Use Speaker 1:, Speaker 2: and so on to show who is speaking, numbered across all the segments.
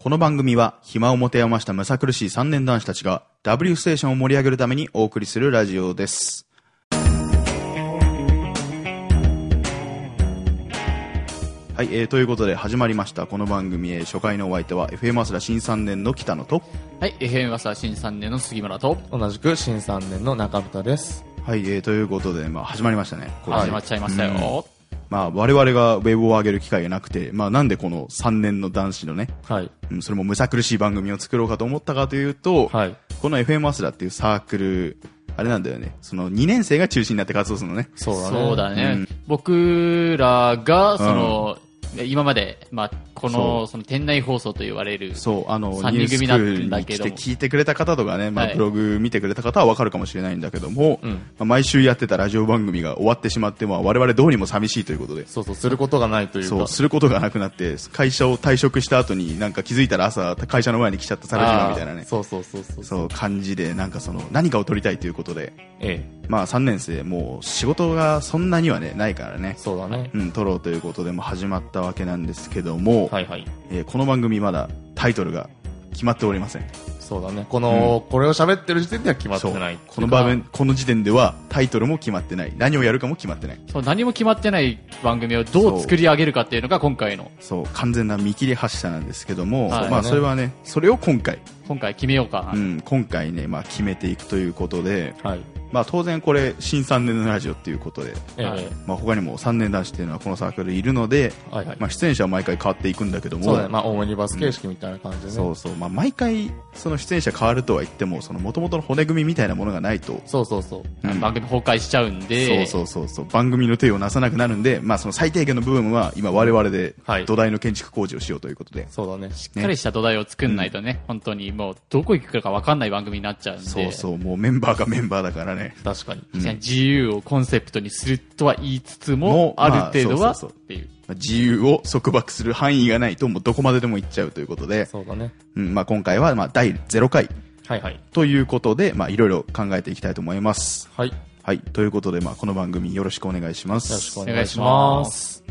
Speaker 1: この番組は暇を持て余したむさ苦しい三年男子たちが W ステーションを盛り上げるためにお送りするラジオです。はい、えーということで始まりました。この番組、えー初回のお相手は FM アスラ新3年の北野と、
Speaker 2: はい、FM 朝新3年の杉村と
Speaker 3: 同じく新3年の中蓋です。
Speaker 1: はい、えーということで、まあ始まりましたね。これね
Speaker 2: 始まっちゃいましたよ。
Speaker 1: まあ我々がウェブを上げる機会がなくて、まあなんでこの3年の男子のね、
Speaker 3: はい。
Speaker 1: うんそれもむさ苦しい番組を作ろうかと思ったかというと、
Speaker 3: はい。
Speaker 1: この FM アスラっていうサークル、あれなんだよね。その2年生が中心になって活動するのね。
Speaker 3: そうだね。
Speaker 2: そうだね。
Speaker 1: うん
Speaker 2: 僕らが、その、今まで、まあ、この、その店内放送と言われる、
Speaker 1: そう、あの、
Speaker 2: 三
Speaker 1: ニュ
Speaker 2: 人
Speaker 1: ースク
Speaker 2: 組
Speaker 1: ール
Speaker 2: だっ
Speaker 1: に
Speaker 2: たけ
Speaker 1: 来
Speaker 2: ど
Speaker 1: て聞いてくれた方とかね、まあ
Speaker 2: はい
Speaker 1: ブログ見てくれた方はわかるかもしれないんだけども、
Speaker 3: うん
Speaker 1: まあ毎週やってたラジオ番組が終わってしまって、まあ我々どうにも寂しいということで。
Speaker 3: そうそう、することがないという
Speaker 1: そ
Speaker 3: か
Speaker 1: う、。することがなくなって、会社を退職した後に、なんか気づいたら朝、会社の前に来ちゃったサラリーマンみたいな
Speaker 3: あ
Speaker 1: ね
Speaker 3: ー。そうそうそうそう。
Speaker 1: そう、感じで、なんかその、何かを取りたいということで、
Speaker 3: え
Speaker 1: まあ3年生、もう仕事がそんなにはね、ないからね
Speaker 3: え。。そうだね。
Speaker 1: うん、撮ろうということでも始まったわけなんですけども、
Speaker 3: はいはい。
Speaker 1: えーこの番組まだタイトルが決まっておりません。
Speaker 3: そうだね。この、これを喋ってる時点では決まっ
Speaker 1: そう
Speaker 3: てない。
Speaker 1: この場面、この時点ではタイトルも決まってない。何をやるかも決まってない。
Speaker 2: そう何も決まってない番組をどう作り上げるかっていうのが今回の、
Speaker 1: そう、完全な見切り発車なんですけども、
Speaker 2: はい
Speaker 1: まあそれはね、それを今回、
Speaker 2: 今回決めようかな。
Speaker 1: うん、今回ね、まあ決めていくということで、
Speaker 3: はい。
Speaker 1: まあ当然これ、新3年のラジオっていうことで、
Speaker 3: ええ
Speaker 2: はい
Speaker 1: まあ他にも3年男子っていうのはこのサークルいるので、
Speaker 3: はいはい
Speaker 1: まあ出演者は毎回変わっていくんだけども、
Speaker 3: そうだね。まあ、オムニバス形式みたいな感じでね。
Speaker 1: そうそう、まあ、毎回その出演者変わるとは言ってもその元々の骨組みみたいなものがないと、
Speaker 3: そうそうそう。
Speaker 1: うん
Speaker 2: 番組崩壊しちゃうんで、
Speaker 1: そうそうそうそう番組の手をなさなくなるんで、まあ、その最低限の部分は今我々で
Speaker 3: はい
Speaker 1: 土台の建築工事をしようということで、
Speaker 3: そうだね。
Speaker 2: しっかりした土台を作んないとね、本当にもうどこ行くかわかんない番組になっちゃうんで、
Speaker 1: そうそうもうメンバーがメンバーだからね
Speaker 3: 確かに。
Speaker 2: 確かに自由をコンセプトにするとは言いつつも
Speaker 1: も、うまあ
Speaker 2: ある程度は
Speaker 1: そうそうそう
Speaker 2: っていう。
Speaker 1: まあ自由を束縛する範囲がないともうどこまででも行っちゃうということで、
Speaker 3: そうだね。
Speaker 1: うんまあ、今回はまあ第0回
Speaker 3: はいはい。
Speaker 1: ということでまあいろいろ考えていきたいと思います。
Speaker 3: はい。よ
Speaker 1: はい。ということで、まあ、この番組よろしくお願いします。
Speaker 3: ろしくお
Speaker 2: お
Speaker 3: 願
Speaker 2: 願
Speaker 3: い
Speaker 2: い
Speaker 3: し
Speaker 2: し
Speaker 3: ま。
Speaker 2: ます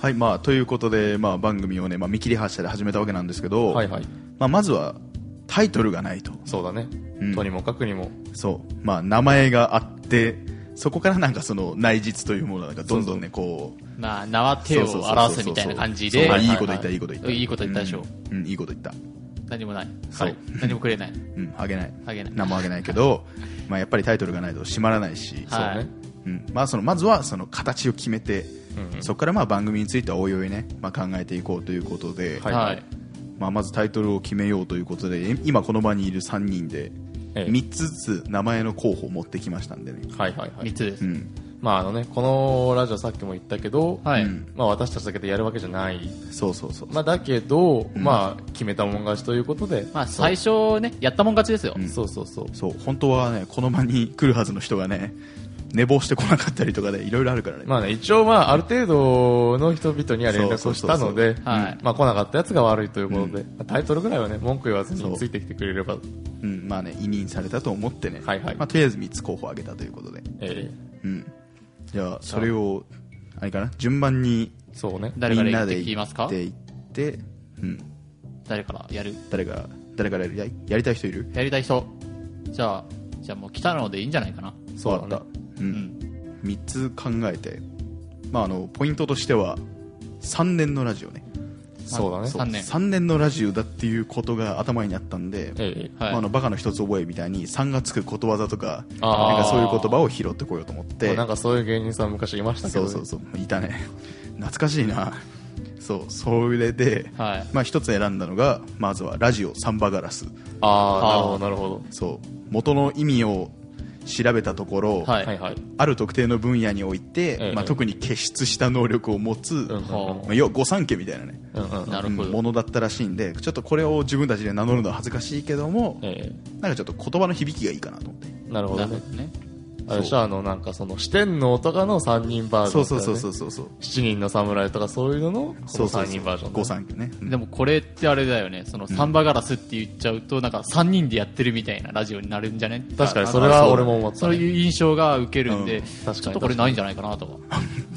Speaker 1: はい、まあ、ということで、まあ、番組をね、まあ、見切り発車で始めたわけなんですけど、
Speaker 3: はいはい。
Speaker 1: まあ、まずは、タイトルがないと。
Speaker 3: そうだね
Speaker 1: うん。
Speaker 3: とにもかくにも。
Speaker 1: そう。まあ、名前があって、そこからなんかその内実というものがどんどんね、こう。
Speaker 2: まあ、名は手を
Speaker 1: そうそうそうそう
Speaker 2: 表すみたいな感じ
Speaker 1: そう
Speaker 2: で
Speaker 1: まあ、いい
Speaker 3: は
Speaker 1: こと言った、いいこと言った。
Speaker 2: いいこと言ったでしょ
Speaker 1: うん。うん、いいこと言った。
Speaker 2: 何もない。
Speaker 1: そう
Speaker 2: はい何もくれない。
Speaker 1: うん、あげない。
Speaker 2: あげない
Speaker 1: 何もあげないけど、 まあ、やっぱりタイトルがないと締まらないし、
Speaker 2: はい
Speaker 3: そうね。
Speaker 1: うんまあ、そのまずはその形を決めて、そこからまあ番組についてはおいおいね、まあ、考えていこうということで、
Speaker 3: はい
Speaker 2: はい。
Speaker 1: まあ、まずタイトルを決めようということでえ今この場にいる3人で
Speaker 3: ええ
Speaker 1: 3つずつ名前の候補を持ってきましたんでね、
Speaker 3: はいはいはい
Speaker 2: 三。つです
Speaker 1: う。ん、
Speaker 3: まああのね、このラジオさっきも言ったけど、
Speaker 2: はい。
Speaker 1: うん
Speaker 3: まあ私たちだけでやるわけじゃない。
Speaker 1: そうそうそう、
Speaker 3: まあだけど、まあ決めたもん勝ちということで、
Speaker 2: まあ、最初ね、やったもん勝ちですよ。、
Speaker 3: そうそうそう。
Speaker 1: そう本当はねこの場に来るはずの人がね寝坊してこなかったりとかでいろいろあるからね、
Speaker 3: まあね、一応まあある程度の人々には連絡をしたの
Speaker 1: そうそ
Speaker 3: で
Speaker 1: うそうそう
Speaker 2: はい
Speaker 3: うんまあ来なかったやつが悪いということで、まあタイトルぐらいはね、文句言わず
Speaker 1: そう
Speaker 3: についてきてくれれば、
Speaker 1: うんまあね、委任されたと思ってね、
Speaker 3: はいはい
Speaker 1: まあ、とりあえず3つ候補を挙げたということで、
Speaker 3: え
Speaker 1: うん、じゃあそれをあれかな順番に
Speaker 3: ーそうね。
Speaker 2: 誰
Speaker 1: み
Speaker 2: から
Speaker 1: ん
Speaker 2: や
Speaker 1: な
Speaker 2: って
Speaker 1: で
Speaker 2: いき
Speaker 1: 言
Speaker 2: ますか
Speaker 1: っていって、うん、
Speaker 2: 誰からやる
Speaker 1: 誰が誰からやりたいやりたい人いる
Speaker 2: やりたい人。じゃあ、じゃあもう来たのでいいんじゃないかな。
Speaker 3: そうだ
Speaker 1: わ
Speaker 3: ね
Speaker 1: かった、うん3つ考えて、まあ、あのポイントとしては3年のラジオね
Speaker 3: そうだね。
Speaker 2: 三年
Speaker 1: 3年のラジオだっていうことが頭にあったんで、
Speaker 3: えー
Speaker 2: はい
Speaker 1: まあ、あのバカの一つ覚えみたいに3がつくことわざとか
Speaker 3: あー
Speaker 1: なんかそういう言葉を拾ってこようと思っ
Speaker 3: ま
Speaker 1: て
Speaker 3: あなんかそういう芸人さん昔いましたけ
Speaker 1: そ
Speaker 3: ど、
Speaker 1: う
Speaker 3: ね、
Speaker 1: そうそういたね懐かしいなそうそれで、
Speaker 2: はい
Speaker 1: まあ、1つ選んだのがまずはラジオサンバガラス
Speaker 3: ああ、なるほ
Speaker 2: あー
Speaker 3: ど、なるほど。
Speaker 1: そう元の意味を調べたところ、
Speaker 2: はい
Speaker 3: はいはい。
Speaker 1: ある特定の分野において、
Speaker 3: ええ
Speaker 1: まあ、特に傑出した能力を持つ、
Speaker 3: うん
Speaker 2: は
Speaker 1: まあ、要は御三家みたいなね
Speaker 3: うんうん
Speaker 2: なるほど
Speaker 1: うんものだったらしいんでちょっとこれを自分たちで名乗るのは恥ずかしいけども、
Speaker 3: え
Speaker 1: なんかちょっと言葉の響きがいいかなと思って
Speaker 3: えなる
Speaker 2: あ
Speaker 3: ほ
Speaker 2: な
Speaker 3: ど
Speaker 2: るほ
Speaker 3: ね
Speaker 2: ど。ね。
Speaker 3: あれでしょあの、なんかその、四天王とかの三人バージョ
Speaker 1: そ
Speaker 3: ン
Speaker 1: う
Speaker 3: と
Speaker 1: そ
Speaker 3: かね。
Speaker 1: うそうそうそうそう
Speaker 3: 七人の侍とかそういうのの、こ
Speaker 1: そう
Speaker 3: の
Speaker 1: そう
Speaker 3: 三人バージョンだね。
Speaker 1: 御三家ね、うん
Speaker 2: でもこれってあれだよね、そのサンバガラスって言っちゃうと、なんか3人でやってるみたいなラジオになるんじゃね
Speaker 3: 確かにそれは俺も思ったね
Speaker 2: そういう印象が受けるん
Speaker 1: う
Speaker 2: で、
Speaker 3: かに
Speaker 2: ちょっとこれないんじゃないかなとか。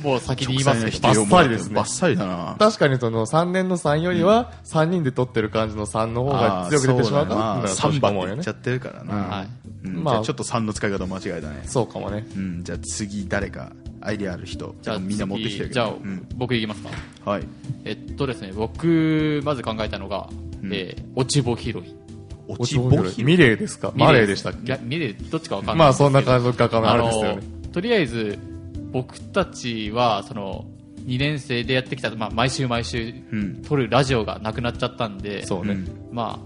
Speaker 2: もう先に言いますけ
Speaker 1: 直
Speaker 2: ど、
Speaker 1: 接の否
Speaker 2: バ
Speaker 1: 定を
Speaker 2: ス
Speaker 1: もらって
Speaker 3: バッサリですね
Speaker 1: バッサリだな
Speaker 3: 確かにその3年の3よりは3人で取ってる感じの3の方が強く出てしまうかなっていう
Speaker 1: 3
Speaker 3: のは確か
Speaker 1: 番
Speaker 3: に
Speaker 1: っ
Speaker 3: 思
Speaker 1: て言
Speaker 3: うよ
Speaker 1: っ
Speaker 3: ね
Speaker 1: ちゃ。ってるからな、
Speaker 2: はい
Speaker 1: うん
Speaker 3: まあ
Speaker 1: じゃあちょっと3の使い方間違えたね、
Speaker 3: そうかもね。
Speaker 1: うん、じゃあ次誰かアイディアある人
Speaker 2: じゃあ
Speaker 1: みんな持ってきてる
Speaker 2: 次
Speaker 1: け
Speaker 2: じゃあ
Speaker 1: ど、うん、
Speaker 2: 僕いきますか。
Speaker 1: はい
Speaker 2: えっとですね、僕、まず考えたのが、
Speaker 1: うん
Speaker 2: えー、落ちぼ拾い。
Speaker 1: 落ちぼひろ
Speaker 3: ミレーですかマレーでしたっ
Speaker 2: い
Speaker 3: け
Speaker 2: や、ミレー、どっちかわかんない。
Speaker 3: まあそんな感じの画家のあ
Speaker 2: あ
Speaker 3: れですよ
Speaker 2: の
Speaker 3: ね。、
Speaker 2: とりあえず、僕たちは、その、2年生でやってきた、まあ、毎週毎週
Speaker 1: うん、
Speaker 2: 撮るラジオがなくなっちゃったんで、
Speaker 3: そう
Speaker 1: う
Speaker 3: ね。
Speaker 1: ん
Speaker 2: ま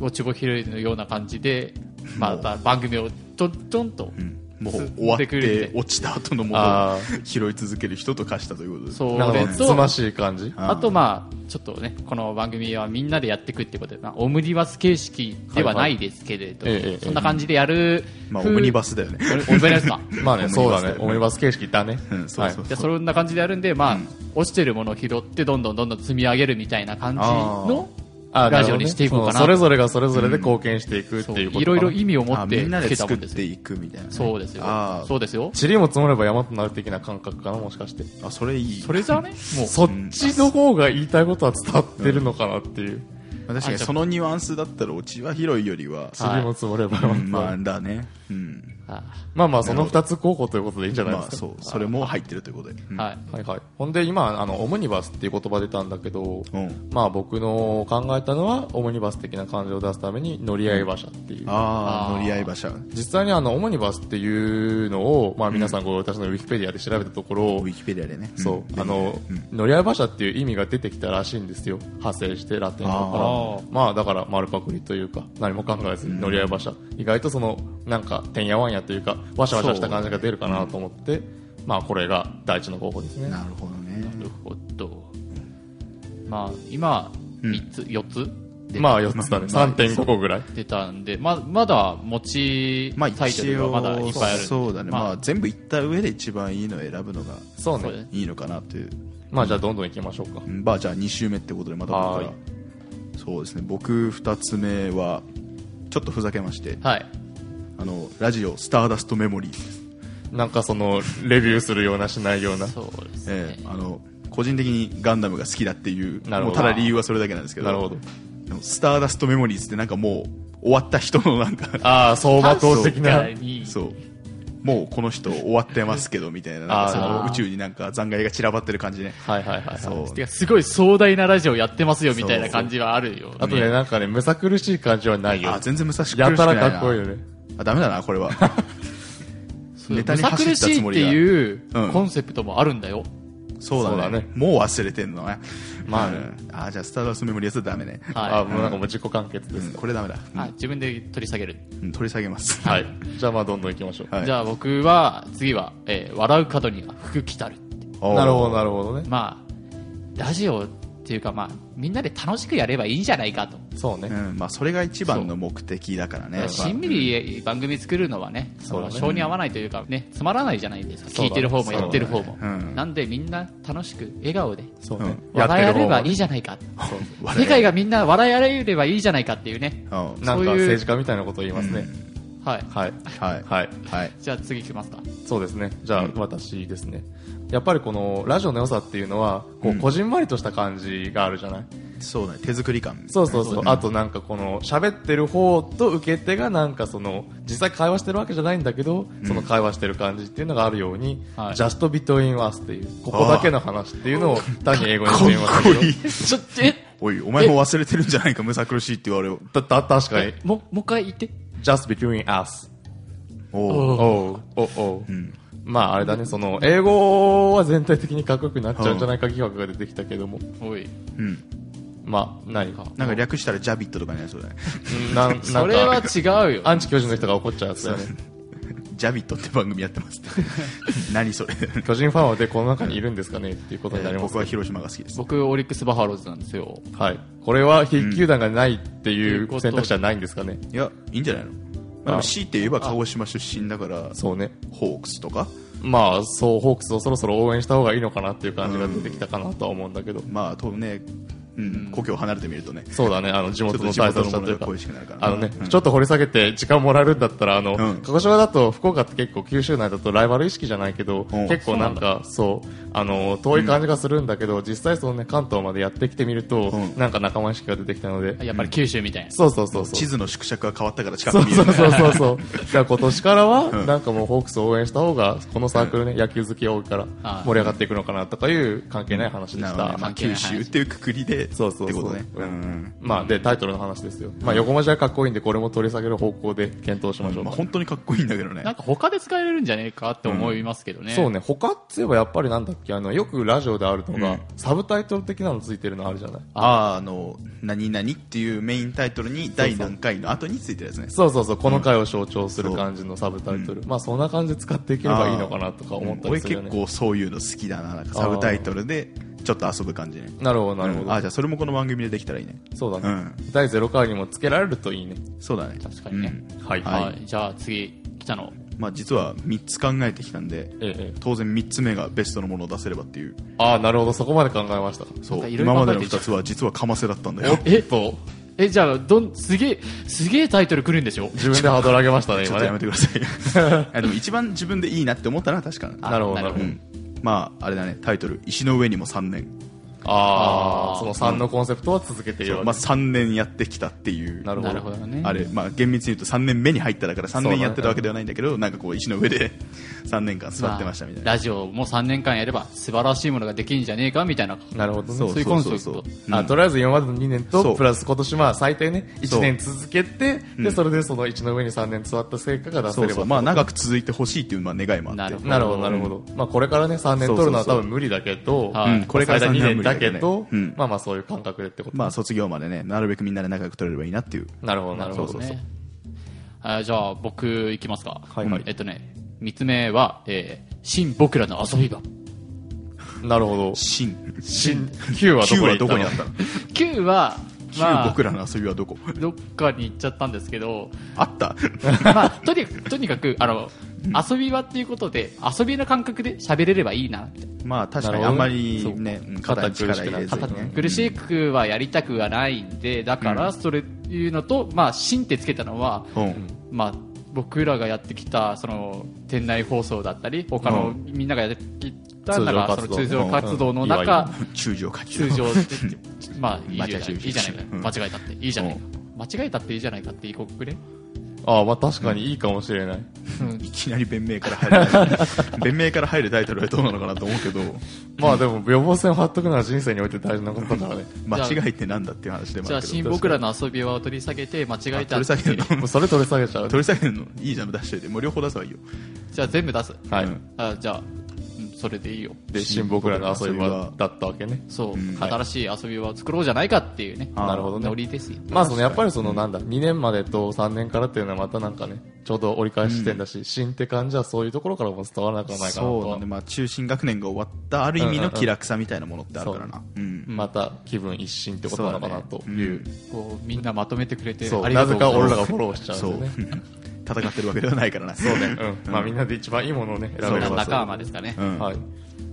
Speaker 2: あ、落ちぼ拾いのような感じで、まあ、
Speaker 1: もう
Speaker 2: まあ番組をちょんちょんと、
Speaker 1: うんもう終わっ
Speaker 2: 進んでくるん
Speaker 1: て
Speaker 2: で
Speaker 1: 落ちた後のもの
Speaker 3: あ
Speaker 1: を拾い続ける人と化したということです
Speaker 2: そ
Speaker 3: な
Speaker 2: れ
Speaker 3: んかつ
Speaker 2: と、
Speaker 3: ましい感じ。
Speaker 1: あー
Speaker 2: あとまあ、ちょっとね、この番組はみんなでやっていくってことで、まあオムニバス形式ではないですけれど、
Speaker 3: はいはいええええ
Speaker 2: そんな感じでやる、
Speaker 1: まあオ
Speaker 2: 風
Speaker 1: ムニバスだよね
Speaker 2: オムオムニバスか。
Speaker 3: まあね、そうだ
Speaker 1: オムニバスだよ
Speaker 3: ね。
Speaker 1: ね
Speaker 3: オムニバス形式だね。
Speaker 1: うんそうそう
Speaker 3: はい
Speaker 2: でそんな感じでやるんで、まあ、落ちてるものを拾って、どんどんどんどん積み上げるみたいな感じの、
Speaker 3: あ
Speaker 2: ラジオにしていこうかな
Speaker 3: そのそれぞれがそれぞれで貢献していくっ
Speaker 2: そ
Speaker 3: て
Speaker 2: う
Speaker 3: いうことかない
Speaker 2: ろいろ意味を持
Speaker 1: あ
Speaker 2: っ
Speaker 1: み
Speaker 2: て
Speaker 1: んな
Speaker 2: つ
Speaker 1: で
Speaker 2: けた
Speaker 1: 作
Speaker 2: も
Speaker 1: っ
Speaker 2: んです
Speaker 1: て
Speaker 2: よ。
Speaker 1: いくみたいなね
Speaker 2: そうですよ
Speaker 1: あ。ー
Speaker 2: そうですよ。
Speaker 3: 塵も積もれば山となる的な感覚かなもしかして
Speaker 1: あそれいい
Speaker 2: それじゃねもう、
Speaker 3: そっちの方が言いたいことは伝わってるのかなっていう
Speaker 1: まあ確かにそのニュアンスだったら落ちは広いよりは、
Speaker 2: はい
Speaker 3: 塵も積もれば
Speaker 1: う
Speaker 3: 山と
Speaker 1: んま
Speaker 3: な
Speaker 1: あ
Speaker 3: る
Speaker 1: だねうん
Speaker 2: あ
Speaker 3: まあまあその二つ候補ということでいいんじゃないで
Speaker 1: ますあ
Speaker 3: か
Speaker 1: そうそれも入ってるということで、うん
Speaker 2: はい。
Speaker 3: はいはいほんで今あのオムニバスっていう言葉出たんだけど
Speaker 1: うん
Speaker 3: まあ僕の考えたのはオムニバス的な感じを出すために乗り合い馬車っていう
Speaker 1: あ
Speaker 2: あ
Speaker 1: あ
Speaker 2: ー
Speaker 1: 乗り合い馬車ウ
Speaker 3: 実際にあのオムニバスっていうのをまあ皆さんご私のウィキペディアで調べたところ
Speaker 1: ィキペディアでね
Speaker 3: そ
Speaker 1: ん
Speaker 3: う、あの、乗り合い馬車っていう意味が出てきたらしいんですよ。派生して、ラテン語
Speaker 2: あ
Speaker 3: から。まあ、だから丸パクリというか、何も考えずに乗り合い馬車。意外とその、なんか、てんやわんやというか、わしゃわしゃした感じが出るかなと思って、まあ、これが第一の候補ですね。
Speaker 1: なるほどね
Speaker 2: なるほど。まあ、今、
Speaker 1: うん
Speaker 2: 3つ、4つで
Speaker 3: まあ、4つだね。
Speaker 1: まあまあ
Speaker 3: 3.5個ぐらい。
Speaker 2: 出たんで、ままだ持ち
Speaker 1: まあ
Speaker 2: タイト
Speaker 1: 一
Speaker 2: ル
Speaker 1: 応
Speaker 2: はまだいっぱいあるんで。
Speaker 1: そうだねまあ全部言った上で一番いいのを選ぶのが
Speaker 3: そう
Speaker 2: そうで
Speaker 3: ね
Speaker 2: す。
Speaker 1: いいのかなという
Speaker 3: まあ、じゃあ、どんどん行きましょうか。
Speaker 1: うんまあじゃあ2周目ってことでまた僕から
Speaker 3: は
Speaker 1: そうですね僕2つ目はちょっとふざけまして
Speaker 2: はい。
Speaker 1: あのラジオ「スターダストメモリーズ
Speaker 3: なんか、その、レビューするような、しないような。
Speaker 2: そうです」
Speaker 1: え
Speaker 2: ね
Speaker 1: え。あの個人的にガンダムが好きだっていう
Speaker 3: なる
Speaker 1: も
Speaker 3: ほ
Speaker 1: う
Speaker 3: ど
Speaker 1: ただ理由はそれだけなんですけど
Speaker 3: なるほど。
Speaker 1: でもスターダストメモリーズってなんかもう終わった人のなんか
Speaker 3: ああ、相馬灯的な。
Speaker 2: 確かに
Speaker 1: そうもうこの人終わってますけどみたいななんかその
Speaker 2: あー
Speaker 1: 宇宙になんか残骸が散らばってる感じね
Speaker 3: はいはいはい。
Speaker 1: そう
Speaker 2: てかすごい壮大なラジオやってますよみたいな感じはあるよ。
Speaker 3: あとね、なんかね、むさ苦しい感じはないよ
Speaker 1: あ。全然武蔵苦しくない
Speaker 3: や
Speaker 1: な
Speaker 3: たらかっこいいよね。
Speaker 1: あダメだなこれ は
Speaker 2: そう
Speaker 1: ネタ
Speaker 2: む
Speaker 1: に
Speaker 2: さ
Speaker 1: 走っ
Speaker 2: 苦
Speaker 1: た
Speaker 2: し
Speaker 1: つ
Speaker 2: い
Speaker 1: も
Speaker 2: っ
Speaker 1: り
Speaker 2: て
Speaker 1: が
Speaker 2: いう
Speaker 1: うん
Speaker 2: コンセプトもあるんだよ。
Speaker 1: そうだね
Speaker 3: そうだね
Speaker 1: もう忘れてんのね
Speaker 3: まあね
Speaker 1: うんあーじゃあスターダストメモリーズはダメね、
Speaker 3: あ、
Speaker 2: は
Speaker 3: もうなんかもう自己完結で
Speaker 1: う
Speaker 3: す
Speaker 1: ん。これダメだ、
Speaker 2: い。はい、自分で取り下げる。
Speaker 1: うん、取り下げます
Speaker 3: はい。じゃあまあどんどん行きましょう。
Speaker 1: はい
Speaker 2: じゃあ僕は、次は、えー笑う角には服着たる。
Speaker 1: おー
Speaker 3: なるほど、なるほどね。
Speaker 2: まあ、ラジオっていうかまあ、みんなで楽しくやればいいんじゃないかと。
Speaker 3: そうね。
Speaker 1: うんまあ、それが一番の目的だからね
Speaker 2: しんみり番組作るのはね、その性に合わないというかね、つまらないじゃないですか。
Speaker 3: そうだ
Speaker 2: 聞いてる方もやってる方も
Speaker 1: そうだねうん。
Speaker 2: なんでみんな楽しく笑顔で
Speaker 3: そうね。やって
Speaker 2: 笑い
Speaker 3: る
Speaker 2: 合えれ
Speaker 3: 方
Speaker 2: ば
Speaker 3: はい
Speaker 2: いじゃないか。
Speaker 1: まあ
Speaker 2: 世界がみんな笑い合えればいいじゃないかっていうね。
Speaker 1: うんはい
Speaker 3: なん
Speaker 2: そ
Speaker 3: か
Speaker 2: ういう
Speaker 3: 政治家みたいなことを言いますね。
Speaker 2: はい。
Speaker 3: はい。
Speaker 1: はい
Speaker 3: はい。
Speaker 1: はい
Speaker 2: じゃあ次行きますか。
Speaker 3: そうですね。じゃあ私ですね。やっぱりこのラジオの良さっていうのは、
Speaker 1: う
Speaker 3: こうんこじんまりとした感じがあるじゃない
Speaker 1: そうだね手作り感
Speaker 3: そうそうそうう。あとなんかこの喋ってる方と受け手がなんかその、実際会話してるわけじゃないんだけど、その会話してる感じっていうのがあるように、
Speaker 2: はい
Speaker 3: just between us っていう、ここだけの話っていうの を単に英語にしてみましたけ
Speaker 1: こ
Speaker 3: ど。
Speaker 1: いい
Speaker 2: ちょ、え、
Speaker 1: おいお前も忘れてるんじゃないかむさ苦しいって言われよ
Speaker 3: た、た、確かに。
Speaker 2: も、もう一回言って。
Speaker 3: just between us.
Speaker 1: おう
Speaker 3: おう、おう、おう。まああれだね、その、英語は全体的にかっこよくなっちゃうんじゃないか疑惑が出てきたけども。
Speaker 2: おい。
Speaker 1: うん
Speaker 3: まあ、何か。
Speaker 1: なんか略したらジャビットとかねそうだね
Speaker 3: うんなん、なんか、
Speaker 2: それは違うよ。
Speaker 3: アンチ教授の人が怒っちゃうやつだよね。
Speaker 1: ジャビットって番組やってますって 何それ
Speaker 3: 巨人ファンはでこの中にいるんですかねっていうことになりま
Speaker 1: 僕
Speaker 3: すけ
Speaker 1: は
Speaker 3: ど、
Speaker 1: 広島が好きです
Speaker 2: 僕、オリックス・バファローズなんですよ。
Speaker 3: はい、これは筆球団がないってい
Speaker 2: うん
Speaker 3: う選択肢はないんですかね、
Speaker 1: いやいいんじゃないの、まあ、でも
Speaker 3: あ
Speaker 1: 強いて言えば鹿児島出身だから
Speaker 3: そうね
Speaker 1: ホークスとか
Speaker 3: まあそうホークスをそろそろ応援した方がいいのかなっていう感じが出てきたかなとは思うんだけど、
Speaker 1: まあとね、うん、故郷を離れてみるとね
Speaker 3: そうだねあの地
Speaker 1: ちょっ
Speaker 3: 元
Speaker 1: と
Speaker 3: の
Speaker 1: 地
Speaker 3: 大
Speaker 1: 元
Speaker 3: 切
Speaker 1: の
Speaker 3: さ
Speaker 1: も
Speaker 3: とい
Speaker 1: のが
Speaker 3: うか
Speaker 1: 恋しくなるから
Speaker 3: あのね、ちょっと掘り下げて時間もらえるんだったら、あ
Speaker 1: う
Speaker 3: の、
Speaker 1: ん
Speaker 3: 鹿児島だと福岡って結構九州内だとライバル意識じゃないけど、
Speaker 1: うん
Speaker 3: 結構なんか、そう、あの、遠い感じがするんだけど、実際そのね、関東までやってきてみると、
Speaker 1: うん
Speaker 3: なんか仲間意識が出てきたので、
Speaker 2: やっぱり九州みたいな。
Speaker 3: そうそうそうそう。
Speaker 1: 地図の縮尺が変わったから近く
Speaker 3: そう
Speaker 1: 見えるね
Speaker 3: そうそうそうそう。だから今年からは、なんかもうホークスを応援した方が、このサークルね、野球好きが多いから
Speaker 2: あ、ー
Speaker 3: 盛り上がっていくのかなとかいう関係ない話で
Speaker 1: な
Speaker 3: し
Speaker 1: るほどね
Speaker 3: た。
Speaker 1: まあ、
Speaker 2: 関係な
Speaker 1: 九
Speaker 2: い話
Speaker 1: 州っていうくくりで
Speaker 3: そうそうそう
Speaker 1: ってことね、
Speaker 3: うん
Speaker 1: うん
Speaker 3: まあ、で、タイトルの話ですよ。まあ、横文字はかっこいいんで、これも取り下げる方向で検討しましょう
Speaker 1: ま
Speaker 3: か
Speaker 1: あ、。本当にかっこいいんだけどね
Speaker 2: なんか他で使えるんじゃねえかって思いますけどね。
Speaker 3: そうね、他っつえばやっぱりなんだっけ、あの、よくラジオであるのが、
Speaker 1: うん
Speaker 3: サブタイトル的なのついてるのあるじゃない
Speaker 1: あーあの「何々」っていうメインタイトルに第何回の後についてるやつね
Speaker 3: そうそうそう、この回を象徴する感じのサブタイトル。まあそんな感じで使っていければいいのかなとか思ったり
Speaker 1: 俺
Speaker 3: するよ
Speaker 1: 結
Speaker 3: ね。
Speaker 1: 構そういうの好きだななんかサブタイトルでちょっと遊ぶ感じね
Speaker 3: なるほど、なるほ
Speaker 1: う
Speaker 3: ど。
Speaker 1: んあーじゃあそれもこの番組でできたらいいね
Speaker 3: そうだね、第0回にもつけられるといいね。
Speaker 1: そうだね
Speaker 2: 確かにね
Speaker 1: うん
Speaker 3: はい
Speaker 1: はい
Speaker 2: はい。じゃあ次、北野。
Speaker 1: まあ、実は3つ考えてきたんで
Speaker 3: ええええ。
Speaker 1: 当然3つ目がベストのものを出せればっていう
Speaker 3: ああ、なるほど、そこまで考えました。
Speaker 1: そ
Speaker 2: な
Speaker 1: うん
Speaker 2: か色々
Speaker 1: 今までの
Speaker 2: 考えて
Speaker 1: 2
Speaker 2: る
Speaker 1: つは実はかませだったんだよ
Speaker 2: え
Speaker 3: と、
Speaker 2: え、じゃあ、どん、すげえ、すげえタイトル来るんでしょ
Speaker 3: 自分でハードル上げましたね、
Speaker 1: ちょ
Speaker 3: 今
Speaker 1: っとやめてく
Speaker 3: ね。
Speaker 1: だ さいあでも一番自分でいいなって思ったのは確か
Speaker 2: あ
Speaker 3: なるほど、なる
Speaker 1: う
Speaker 3: ほど。
Speaker 1: んまああれだねタイトル「石の上にも3年
Speaker 3: あ
Speaker 2: あー
Speaker 3: あ、その3のコンセプトは続け」ている
Speaker 1: そう
Speaker 3: わけ
Speaker 1: まあ、3年やってきたっていう
Speaker 3: なる
Speaker 2: なるほどね。
Speaker 1: あれ、まあ、厳密に言うと3年目に入っただから3
Speaker 3: そうだ
Speaker 1: 年
Speaker 3: ね
Speaker 1: やってるわけではないんだけど、なんかこう石の上で 3年間座ってましたみたいな、
Speaker 2: ラジオも3年間やれば素晴らしいものができるんじゃねえかみたいな。
Speaker 3: なるほどね。
Speaker 2: そういうコンセプト。
Speaker 1: うん
Speaker 3: あとりあえず今までの2年
Speaker 1: そ
Speaker 3: と
Speaker 1: う
Speaker 3: プラス今年まあ最低ね
Speaker 1: そう
Speaker 3: 1年続けて
Speaker 1: うん
Speaker 3: でそれでその1の上に3年座った成果が出せ
Speaker 1: そ
Speaker 3: れ
Speaker 1: う
Speaker 3: ば
Speaker 1: そうまあ長く続いてほしいっていうまあ願いもあって
Speaker 2: なるほ
Speaker 3: なるほどなるほどまあこれからね3年取るのは
Speaker 1: そうそ
Speaker 3: 多
Speaker 1: うそう
Speaker 3: 分無理だけど
Speaker 2: はいうん
Speaker 1: これから
Speaker 3: 最大2
Speaker 1: 三年は無
Speaker 3: 年
Speaker 1: 理だ
Speaker 3: だ
Speaker 1: け
Speaker 3: け
Speaker 1: どね
Speaker 3: ど
Speaker 1: うん
Speaker 3: まあまあそういう感覚でってこと
Speaker 1: まあ卒業までねなるべくみんなで仲良く取れればいいなっていう
Speaker 3: なるほどなるほ
Speaker 2: そ
Speaker 3: ど
Speaker 2: うですね。あじゃあ、僕、いきますか。
Speaker 3: はいはい
Speaker 2: えっとね、三つ目は、えー、新僕らの遊び場。
Speaker 3: なるほど
Speaker 1: 新
Speaker 3: 新9は
Speaker 1: 9は
Speaker 3: ど
Speaker 1: ど
Speaker 3: こ
Speaker 1: こに
Speaker 3: にあ
Speaker 1: あ
Speaker 3: っ
Speaker 1: ったた
Speaker 3: の
Speaker 1: の
Speaker 2: 9は、
Speaker 1: 9
Speaker 2: まあ
Speaker 1: 僕、らの遊びはどこ
Speaker 2: どっかに行っちゃったんですけど、
Speaker 1: あった
Speaker 2: まあ、とにかく、とにかく、あの、遊び場っていうことで、遊びの感覚で喋れればいいなって、
Speaker 1: まあ確かにあんまりねうん肩に力入れず
Speaker 3: 肩
Speaker 1: にね
Speaker 2: 苦しくはやりたくはないんで、だから、それいうのと、まあ、芯ってつけたのは、
Speaker 1: うん
Speaker 2: まあ、僕らがやってきたその店内放送だったり他
Speaker 1: う
Speaker 2: のみんながやってきた
Speaker 3: 通常
Speaker 2: 中その
Speaker 3: 活動
Speaker 2: 通常活動の中
Speaker 1: 中条か中
Speaker 2: 通常で まあいいじゃな
Speaker 1: 間
Speaker 2: い
Speaker 1: 違え
Speaker 2: いいじゃないか
Speaker 1: うん
Speaker 2: 間違えたっていいじゃないか間違えたっていいじゃないかって異国ね
Speaker 3: ああまあ確かにいいかもしれない
Speaker 1: いきなり弁明から入 る弁明から入るタイトルはどうなのかなと思う けど
Speaker 3: まあでも予防線を張っとくのは人生において大事なことだから ね
Speaker 1: 間違いってなんだっていう話でも
Speaker 2: じゃ
Speaker 1: あ
Speaker 2: あ
Speaker 1: るけ
Speaker 2: 新
Speaker 1: ど
Speaker 2: 僕らの遊び場を取り下げて間違え
Speaker 1: 取
Speaker 2: た
Speaker 1: り下げるの
Speaker 3: もうそれ取り下げちゃう
Speaker 1: 取り下げるのいいじゃん出しといてもう両方出せばいいよ
Speaker 2: じゃあ全部出す
Speaker 3: はい
Speaker 1: うん
Speaker 2: あじゃあうんそれでいいよ
Speaker 3: で新僕らの遊び場だったわけね
Speaker 2: そう
Speaker 1: うんはい
Speaker 2: 新しい遊び場を作ろうじゃないかっていうね
Speaker 1: あー
Speaker 3: なるほどね
Speaker 2: ノリですよ
Speaker 3: まあそのやっぱりそのなんだ2年までと3年からっていうのはまたなんかねちょうど折り返し地点だし、新って感じはそういうところからも伝わらなくはないかな
Speaker 1: そうな
Speaker 3: と
Speaker 1: ん
Speaker 3: は
Speaker 1: で、まあ、中心学年が終わったある意味
Speaker 3: うんう
Speaker 1: の
Speaker 3: んうん
Speaker 1: 気楽さみたいなものってあるからな、うん
Speaker 3: また気分一新ってことなのかなと
Speaker 1: そうだね
Speaker 3: いう
Speaker 2: こうみんなまとめてくれて
Speaker 3: そう
Speaker 2: あり
Speaker 3: な
Speaker 2: がと
Speaker 3: ぜ
Speaker 2: うござ
Speaker 3: か
Speaker 2: います
Speaker 3: 俺らがフォローしちゃ
Speaker 1: そうう
Speaker 3: んでね
Speaker 1: 戦ってるわけではないからなそうね
Speaker 3: う、んまあみんなで一番いいものをね選べれ
Speaker 2: 仲
Speaker 3: ば
Speaker 2: 仲間ですかね
Speaker 1: うん
Speaker 3: はい、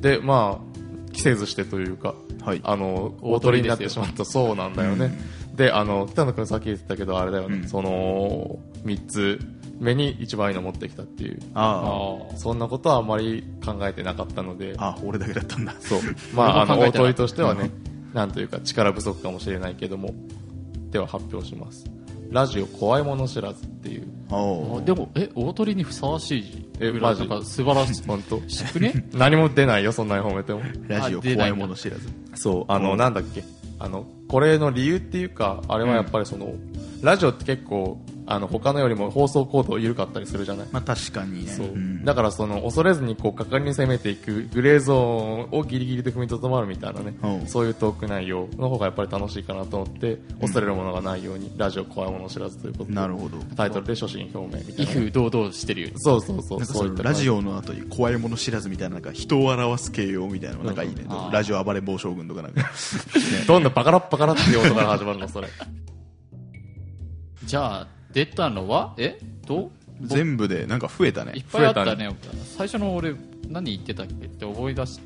Speaker 3: でまあ着せずしてというか、
Speaker 1: はい
Speaker 3: あの
Speaker 2: 大
Speaker 3: 大
Speaker 2: 鳥
Speaker 3: 鳥
Speaker 2: で
Speaker 3: に
Speaker 2: すよ
Speaker 3: なってしまったそうなんだよね、であの北野君さっき言ってたけどあれだよね、
Speaker 1: うん
Speaker 3: その3つ目に一番いいの持ってきたっていう
Speaker 1: あ
Speaker 3: そんなことはあまり考えてなかったので
Speaker 1: あああ俺だけだったんだ
Speaker 3: そうまああ
Speaker 2: 俺も考
Speaker 3: の
Speaker 2: え
Speaker 3: 大
Speaker 2: てない
Speaker 3: 鳥としてはねなんというか力不足かもしれないけどもでは発表しますラジオ怖いもの知らずっていう
Speaker 1: お
Speaker 2: あ
Speaker 1: う
Speaker 2: でもえ大鳥にふさわしい
Speaker 3: え
Speaker 2: ぐらい
Speaker 3: マジ
Speaker 2: なんか素晴らしい
Speaker 3: 本当
Speaker 2: しくね
Speaker 3: 何も 出ないよそんなに褒めても
Speaker 1: ラジオ
Speaker 2: あ出
Speaker 1: 怖
Speaker 2: ないい
Speaker 1: もの知らず
Speaker 3: そう、あの、
Speaker 1: うん
Speaker 3: なんだっけ。あの、これの理由っていうか、あれはやっぱりその、ラジオって結構、あの他のよりも放送行動緩かったりするじゃない
Speaker 1: まあ確かにね
Speaker 3: そう、
Speaker 1: ん
Speaker 3: だからその恐れずにこう果敢に攻めていくグレーゾーンをギリギリで踏みとどまるみたいなね、
Speaker 1: うん
Speaker 3: そういうトーク内容の方がやっぱり楽しいかなと思って恐れるものがないように、ラジオ怖いもの知らずということで
Speaker 1: なるほど
Speaker 3: タイトルで初心表明みた
Speaker 2: 威
Speaker 3: いな
Speaker 2: 風堂々してるよ
Speaker 3: そうそうそう
Speaker 1: なんか
Speaker 3: そ
Speaker 1: そう
Speaker 3: いっ
Speaker 1: の
Speaker 3: た
Speaker 1: ラジ
Speaker 3: オ
Speaker 1: オの後に怖いもの知らずみたいななんか人を表す形容みたいなのがなんかいいね、
Speaker 2: あー
Speaker 1: ラジオ暴れ暴将軍とかなんか
Speaker 3: どんどんパカラッパカラっていう音から始まるのそれ
Speaker 2: じゃあ出たのはえどう
Speaker 1: 全部でなんか増えた
Speaker 2: いっ
Speaker 1: ね
Speaker 2: ぱいあったね最初の俺何言ってたっけって思い出し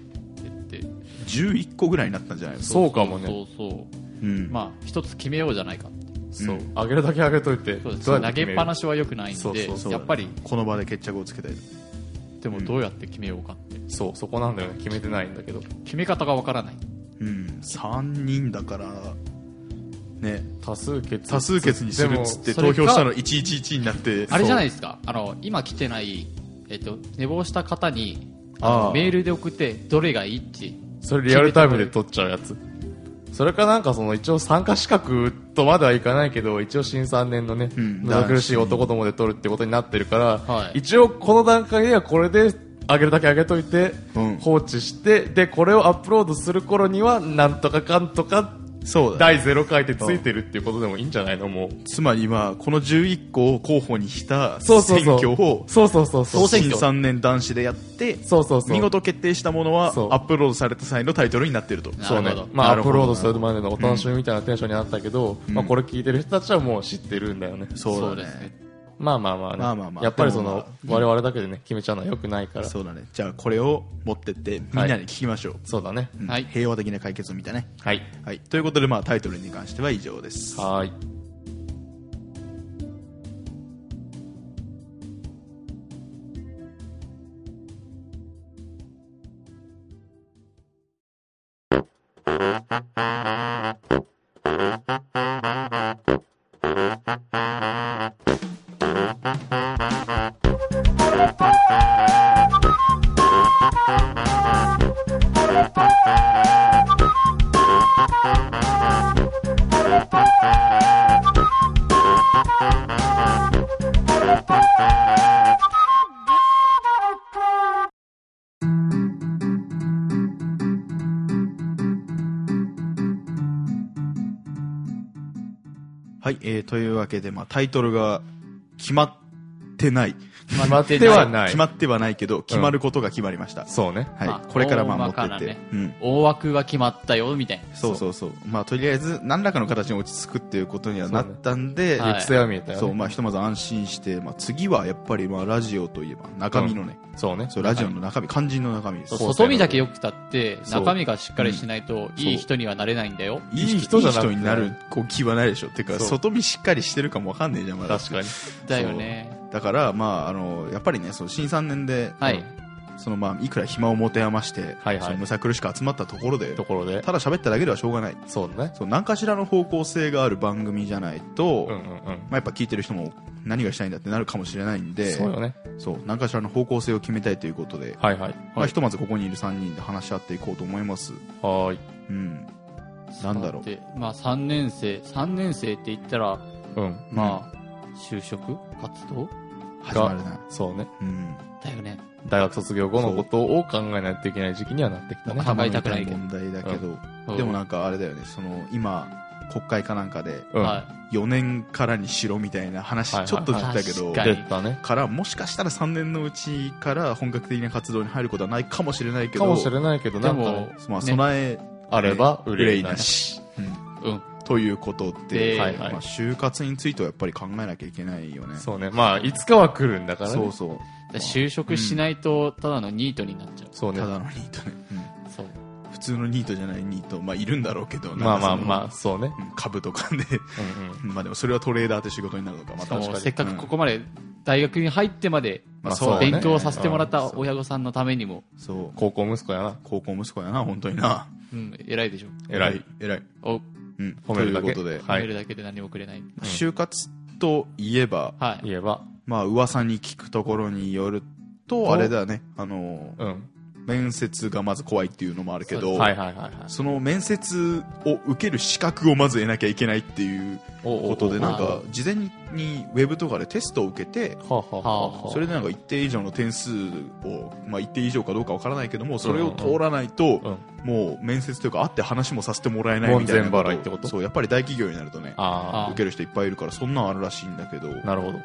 Speaker 2: てて
Speaker 1: 11個ぐらいになったんじゃないですか
Speaker 3: そうかもね
Speaker 2: そうそう
Speaker 1: うん
Speaker 2: まあ一つ決めようじゃないかって
Speaker 3: そう上げるだけ上げといて
Speaker 2: そうです
Speaker 3: ど
Speaker 2: 投
Speaker 3: うやって
Speaker 2: げ
Speaker 3: 決
Speaker 2: っ
Speaker 3: める
Speaker 2: ぱなしは良くないんで
Speaker 3: そうそう
Speaker 1: そうだ
Speaker 2: や
Speaker 1: ね
Speaker 2: っぱり
Speaker 1: この場で決着をつけたい
Speaker 2: でもどうやって決めようかって、
Speaker 3: そうそこなんだよね決めてないんだけど
Speaker 2: 決め方がわからない
Speaker 1: うん3人だからね
Speaker 3: 多数決
Speaker 1: 多数決にするっつって
Speaker 2: でも
Speaker 1: 投票したの111になって
Speaker 2: あれじゃないいですかあの今来てない、えっと、寝坊した方に
Speaker 1: あー
Speaker 2: メールで送ってどれがいいって
Speaker 3: それリアルタイムで撮っちゃうやつそれかなんかその一応参加資格とまではいかないけど一応新3年のね
Speaker 1: ん
Speaker 3: 胸苦しい男どもで撮るってことになってるから、
Speaker 2: はい
Speaker 3: 一応この段階ではこれで上げるだけ上げといて、
Speaker 1: うん
Speaker 3: 放置してでこれをアップロードする頃にはなんとかかんとか
Speaker 1: そうだね
Speaker 3: 第0回ってついてるっていうことでもいいんじゃないのもう
Speaker 1: つまりまあこの11個を候補にした
Speaker 3: そうそう
Speaker 1: 選
Speaker 3: そう
Speaker 1: 挙を
Speaker 3: そうそうそうそ
Speaker 2: 総
Speaker 3: う
Speaker 2: 選挙
Speaker 1: 3年男子でやって
Speaker 3: そうそうそう
Speaker 1: 見事決定したものはア
Speaker 3: そう
Speaker 1: ップロードされた際のタイトルになってると
Speaker 2: な
Speaker 3: そうね
Speaker 2: るほど
Speaker 3: まあ、
Speaker 1: な
Speaker 3: ア
Speaker 1: る
Speaker 3: ッ
Speaker 1: ほ
Speaker 3: プ
Speaker 1: ど
Speaker 3: ロードするまでのお楽しみみたいなテンションになったけど、まあ、これ聞いてる人たちはもう知ってるんだよね、
Speaker 1: そうだ
Speaker 2: です
Speaker 1: ね
Speaker 2: ね
Speaker 3: まあまあまあね、
Speaker 1: まあまあまあ
Speaker 3: やっぱりそ
Speaker 1: でも
Speaker 3: の、我々だけでね決めちゃうのはよくないからそう
Speaker 1: そうだねじゃあこれを持ってってみんなに聞きましょう、
Speaker 3: だね
Speaker 1: うん
Speaker 2: はい
Speaker 1: 平和的な解決を見たね
Speaker 3: はい
Speaker 1: はいということでまあタイトルに関しては以上です
Speaker 3: はーい
Speaker 1: はい、えー、というわけで、まあ、タイトルが決まってない
Speaker 3: 決まってはない
Speaker 1: 決まってはないけど決まることが決まりました、
Speaker 3: そうね
Speaker 1: はい、
Speaker 2: まあ
Speaker 1: これからまあ持
Speaker 2: 大まか
Speaker 1: っ
Speaker 2: な
Speaker 1: てって、
Speaker 2: ね
Speaker 1: うん
Speaker 2: 大枠が決まったよみたいな
Speaker 1: そうそうそうまあとりあえず何らかの形に落ち着くっていうことにはなったんで
Speaker 2: そうねはい
Speaker 3: 癖は見えたよ、
Speaker 1: そ
Speaker 3: ね、
Speaker 1: うまあひとまず安心して、まあ、次はやっぱりまあラジオといえば中身のね、
Speaker 3: そうね
Speaker 1: そうラジオの中身、肝心の中身です
Speaker 3: そう
Speaker 2: 外見だけ良くたって
Speaker 1: そう
Speaker 2: 中身がしっかりしないといい人にはなれないんだよ
Speaker 1: いい
Speaker 3: いい人じゃなくて
Speaker 1: いい人になるこう気はないでしょっていうか
Speaker 3: そう
Speaker 1: 外見しっかりしてるかもわかんねえじゃんまだ
Speaker 3: 確かに
Speaker 2: だよね
Speaker 1: だからまああのやっぱりねその新3年で、
Speaker 2: はい
Speaker 1: そのまあいくら暇を持て余して、
Speaker 3: はいはい
Speaker 1: そのむさ苦しく集まったところで
Speaker 3: ところで
Speaker 1: ただ喋っただけではしょうがない
Speaker 3: そうね
Speaker 1: そう何かしらの方向性がある番組じゃないと、
Speaker 3: うん
Speaker 1: ま
Speaker 3: うんうん
Speaker 1: あ、やっぱ聞いてる人も何がしたいんだってなるかもしれないんで
Speaker 3: そうよね
Speaker 1: そう何かしらの方向性を決めたいということで、
Speaker 3: はいはい
Speaker 1: まあ、ひとまずここにいる3人で話し合っていこうと思います
Speaker 3: はーい
Speaker 1: うんなんだろう
Speaker 2: さてまあ3年生3年生って言ったら
Speaker 3: うん
Speaker 2: まあ就職活動
Speaker 1: 始まるな
Speaker 3: そうね
Speaker 1: うん
Speaker 2: だよね
Speaker 3: 大学卒業後のことを考えないといけない時期にはなってきたね
Speaker 2: 考えたくないけど
Speaker 1: 問題だけど、
Speaker 2: うん
Speaker 1: でもなんかあれだよねその今国会かなんかで
Speaker 3: うん、
Speaker 2: は
Speaker 1: 4年からにしろみたいな話
Speaker 3: はいはい
Speaker 1: ちょっと出てたけど、
Speaker 2: 確かに
Speaker 3: 出たね
Speaker 1: からもしかしたら3年のうちから本格的な活動に入ることはないかもしれないけど
Speaker 3: かもしれないけど
Speaker 2: い
Speaker 3: な
Speaker 2: で
Speaker 3: んかね、
Speaker 2: も
Speaker 1: まあ、
Speaker 2: ね
Speaker 1: 備え、
Speaker 3: あれば憂いなし
Speaker 1: なし、うん
Speaker 2: うん
Speaker 1: ということで、
Speaker 2: ではい
Speaker 3: はい
Speaker 1: まあ、就活についてはやっぱり考えなきゃいけないよね
Speaker 3: そうねまあいつかは来るんだから、ね、
Speaker 1: そうそう
Speaker 2: 就職しないとただのニートになっちゃう、
Speaker 3: そうね
Speaker 1: ただのニートね、
Speaker 2: そう
Speaker 1: うん普通のニートじゃないニート、まあ、いるんだろうけど
Speaker 3: まあまあ
Speaker 1: あ
Speaker 3: まあそうね、
Speaker 1: 株とかで
Speaker 3: うんうん、
Speaker 1: まあでもそれはトレーダーって仕事になるのかまた
Speaker 2: もう
Speaker 1: 確かに
Speaker 2: せっか
Speaker 1: う
Speaker 2: く
Speaker 1: ん
Speaker 2: ここまで大学に入ってまで、
Speaker 1: まあ
Speaker 3: まあ
Speaker 1: そうだね
Speaker 2: 勉強させてもらった親御さんのためにも、
Speaker 1: そう
Speaker 3: 高校息子やな
Speaker 1: 高校息子やな本当にな
Speaker 2: うん、偉いでしょ
Speaker 3: 偉い、
Speaker 1: 偉い、
Speaker 2: お
Speaker 1: うん、
Speaker 3: 褒めるだけ
Speaker 1: ということで、
Speaker 3: は
Speaker 2: 褒
Speaker 3: い
Speaker 2: めるだけで何もくれない、
Speaker 1: 就活といえば、
Speaker 2: はい
Speaker 3: 言えば
Speaker 1: まあ噂に聞くところによるとあれだねあの
Speaker 3: うん
Speaker 1: 面接がまず怖いっていうのもあるけ
Speaker 2: そう
Speaker 1: ど、
Speaker 3: はいはいはいはい
Speaker 1: その面接を受ける資格をまず得なきゃいけないっていう
Speaker 3: おうおうおう
Speaker 1: ことでなん
Speaker 2: おう
Speaker 1: か
Speaker 2: お
Speaker 1: 事前にウェブとかでテストを受けて
Speaker 3: はあはあはあはあ
Speaker 1: それでなんか一定以上の点数を、まあ、一定以上かどうかわからないけどもそれを通らないと
Speaker 3: うん
Speaker 1: もう面接というか会って話もさせてもらえないみたいな
Speaker 3: 門前払いってこと
Speaker 1: そうやっぱり大企業になるとね
Speaker 3: あ
Speaker 1: 受ける人いっぱいいるからそんなんあるらしいんだけど
Speaker 3: あなるほど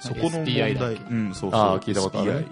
Speaker 1: そこの問
Speaker 2: SPI
Speaker 1: 題
Speaker 2: だっけ
Speaker 1: うんそうそう
Speaker 3: あー聞いたことある
Speaker 1: SPI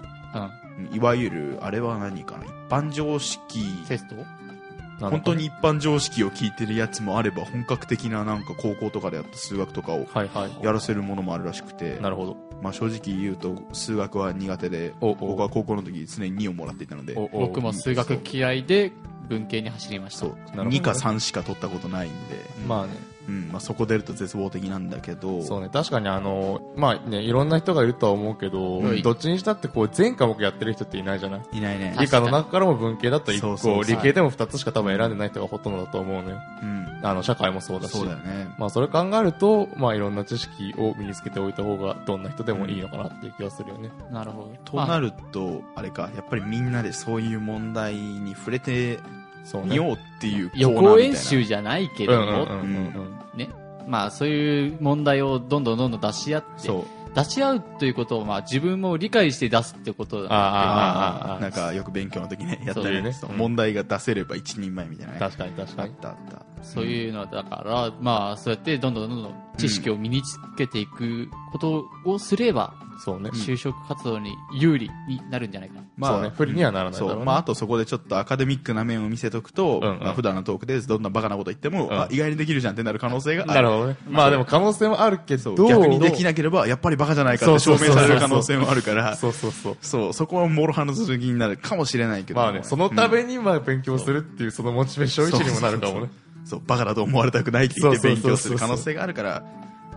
Speaker 1: うんいわゆるあれは何かな一般常識
Speaker 2: うん、テスト
Speaker 3: なのか
Speaker 1: 本当に一般常識を聞いてるやつもあれば本格的ななんか高校とかでやった数学とかを
Speaker 3: はいはい
Speaker 1: やらせるものもあるらしくて
Speaker 3: なるほど
Speaker 1: まあ、正直言うと数学は苦手で
Speaker 3: おお
Speaker 1: 僕は高校の時常に2をもらっていたので
Speaker 3: おうおう
Speaker 2: 僕も数学嫌いで文系に走りました
Speaker 1: そう
Speaker 3: どね
Speaker 1: 2か3しか取ったことないんで、
Speaker 3: まあね
Speaker 1: うんまあ、そこ出ると絶望的なんだけど
Speaker 3: そうね確かにあのまあねいろんな人がいるとは思うけど、
Speaker 2: はい
Speaker 3: どっちにしたってこう全科目やってる人っていないじゃない
Speaker 1: いないね
Speaker 2: 確、
Speaker 3: 理科の中からも文系だと1個
Speaker 1: そうそうそう
Speaker 3: 理系でも2つしか多分選んでない人がほとんどだと思うね
Speaker 1: うん、
Speaker 3: あの社会もそうだし
Speaker 1: そうだよね
Speaker 3: まあそれ考えると、まあいろんな知識を身につけておいた方がどんな人でもいいのかなっていう気がするよね。
Speaker 2: なるほど
Speaker 1: となるとあれかやっぱりみんなでそういう問題に触れて
Speaker 3: そうね。
Speaker 1: みようっていうコー
Speaker 2: 予
Speaker 1: ナー
Speaker 2: 行
Speaker 1: み
Speaker 2: 演
Speaker 1: たい
Speaker 2: 習じゃないけ
Speaker 3: う
Speaker 2: れ
Speaker 3: ん
Speaker 2: ど
Speaker 3: うん
Speaker 2: も、
Speaker 3: うんうん
Speaker 2: ねまあ、そういう問題をどんどんどんどん出し合って
Speaker 1: なそう
Speaker 2: 出し合うということを、まあ、自分も理解して出すってことだ
Speaker 3: あああああ
Speaker 1: なんかよく勉強の時ねやった
Speaker 2: そう
Speaker 1: り
Speaker 2: いう
Speaker 3: ね
Speaker 1: そう
Speaker 3: うん
Speaker 1: 問題が出せれば一人前みたいなね
Speaker 3: あ。確かに確
Speaker 1: あ
Speaker 3: か
Speaker 1: っ
Speaker 3: に。
Speaker 1: たあった
Speaker 2: そういうのはだから、まあ、そうやってどんどんどんどん知識を身につけていくことをすれば、
Speaker 3: そうね。
Speaker 2: 就職活動に有利になるんじゃないかな。
Speaker 3: そうね不利にはならないだろうね
Speaker 1: そうまああとそこでちょっとアカデミックな面を見せとくと、
Speaker 3: うんうん
Speaker 1: まあ、普段のトークでどんなバカなこと言っても、
Speaker 3: ん
Speaker 1: あ意外にできるじゃんってなる可能性がある
Speaker 3: なるほどね。まあでも可能性もあるけ
Speaker 1: そ
Speaker 3: ど、
Speaker 1: う逆にできなければやっぱりバカじゃないかって証明される可能性もあるから
Speaker 3: そうそうそう。
Speaker 1: そうそこはもろ刃の剣になるかもしれないけど
Speaker 3: まあね、そのためにまあ勉強するっていうそのモチベーション維持にもなるかもね。
Speaker 1: そうバカだと思われたくないって言って
Speaker 3: そう
Speaker 1: 勉
Speaker 3: そ
Speaker 1: 強
Speaker 3: うそうそ
Speaker 1: す
Speaker 3: う
Speaker 1: る可能性があるから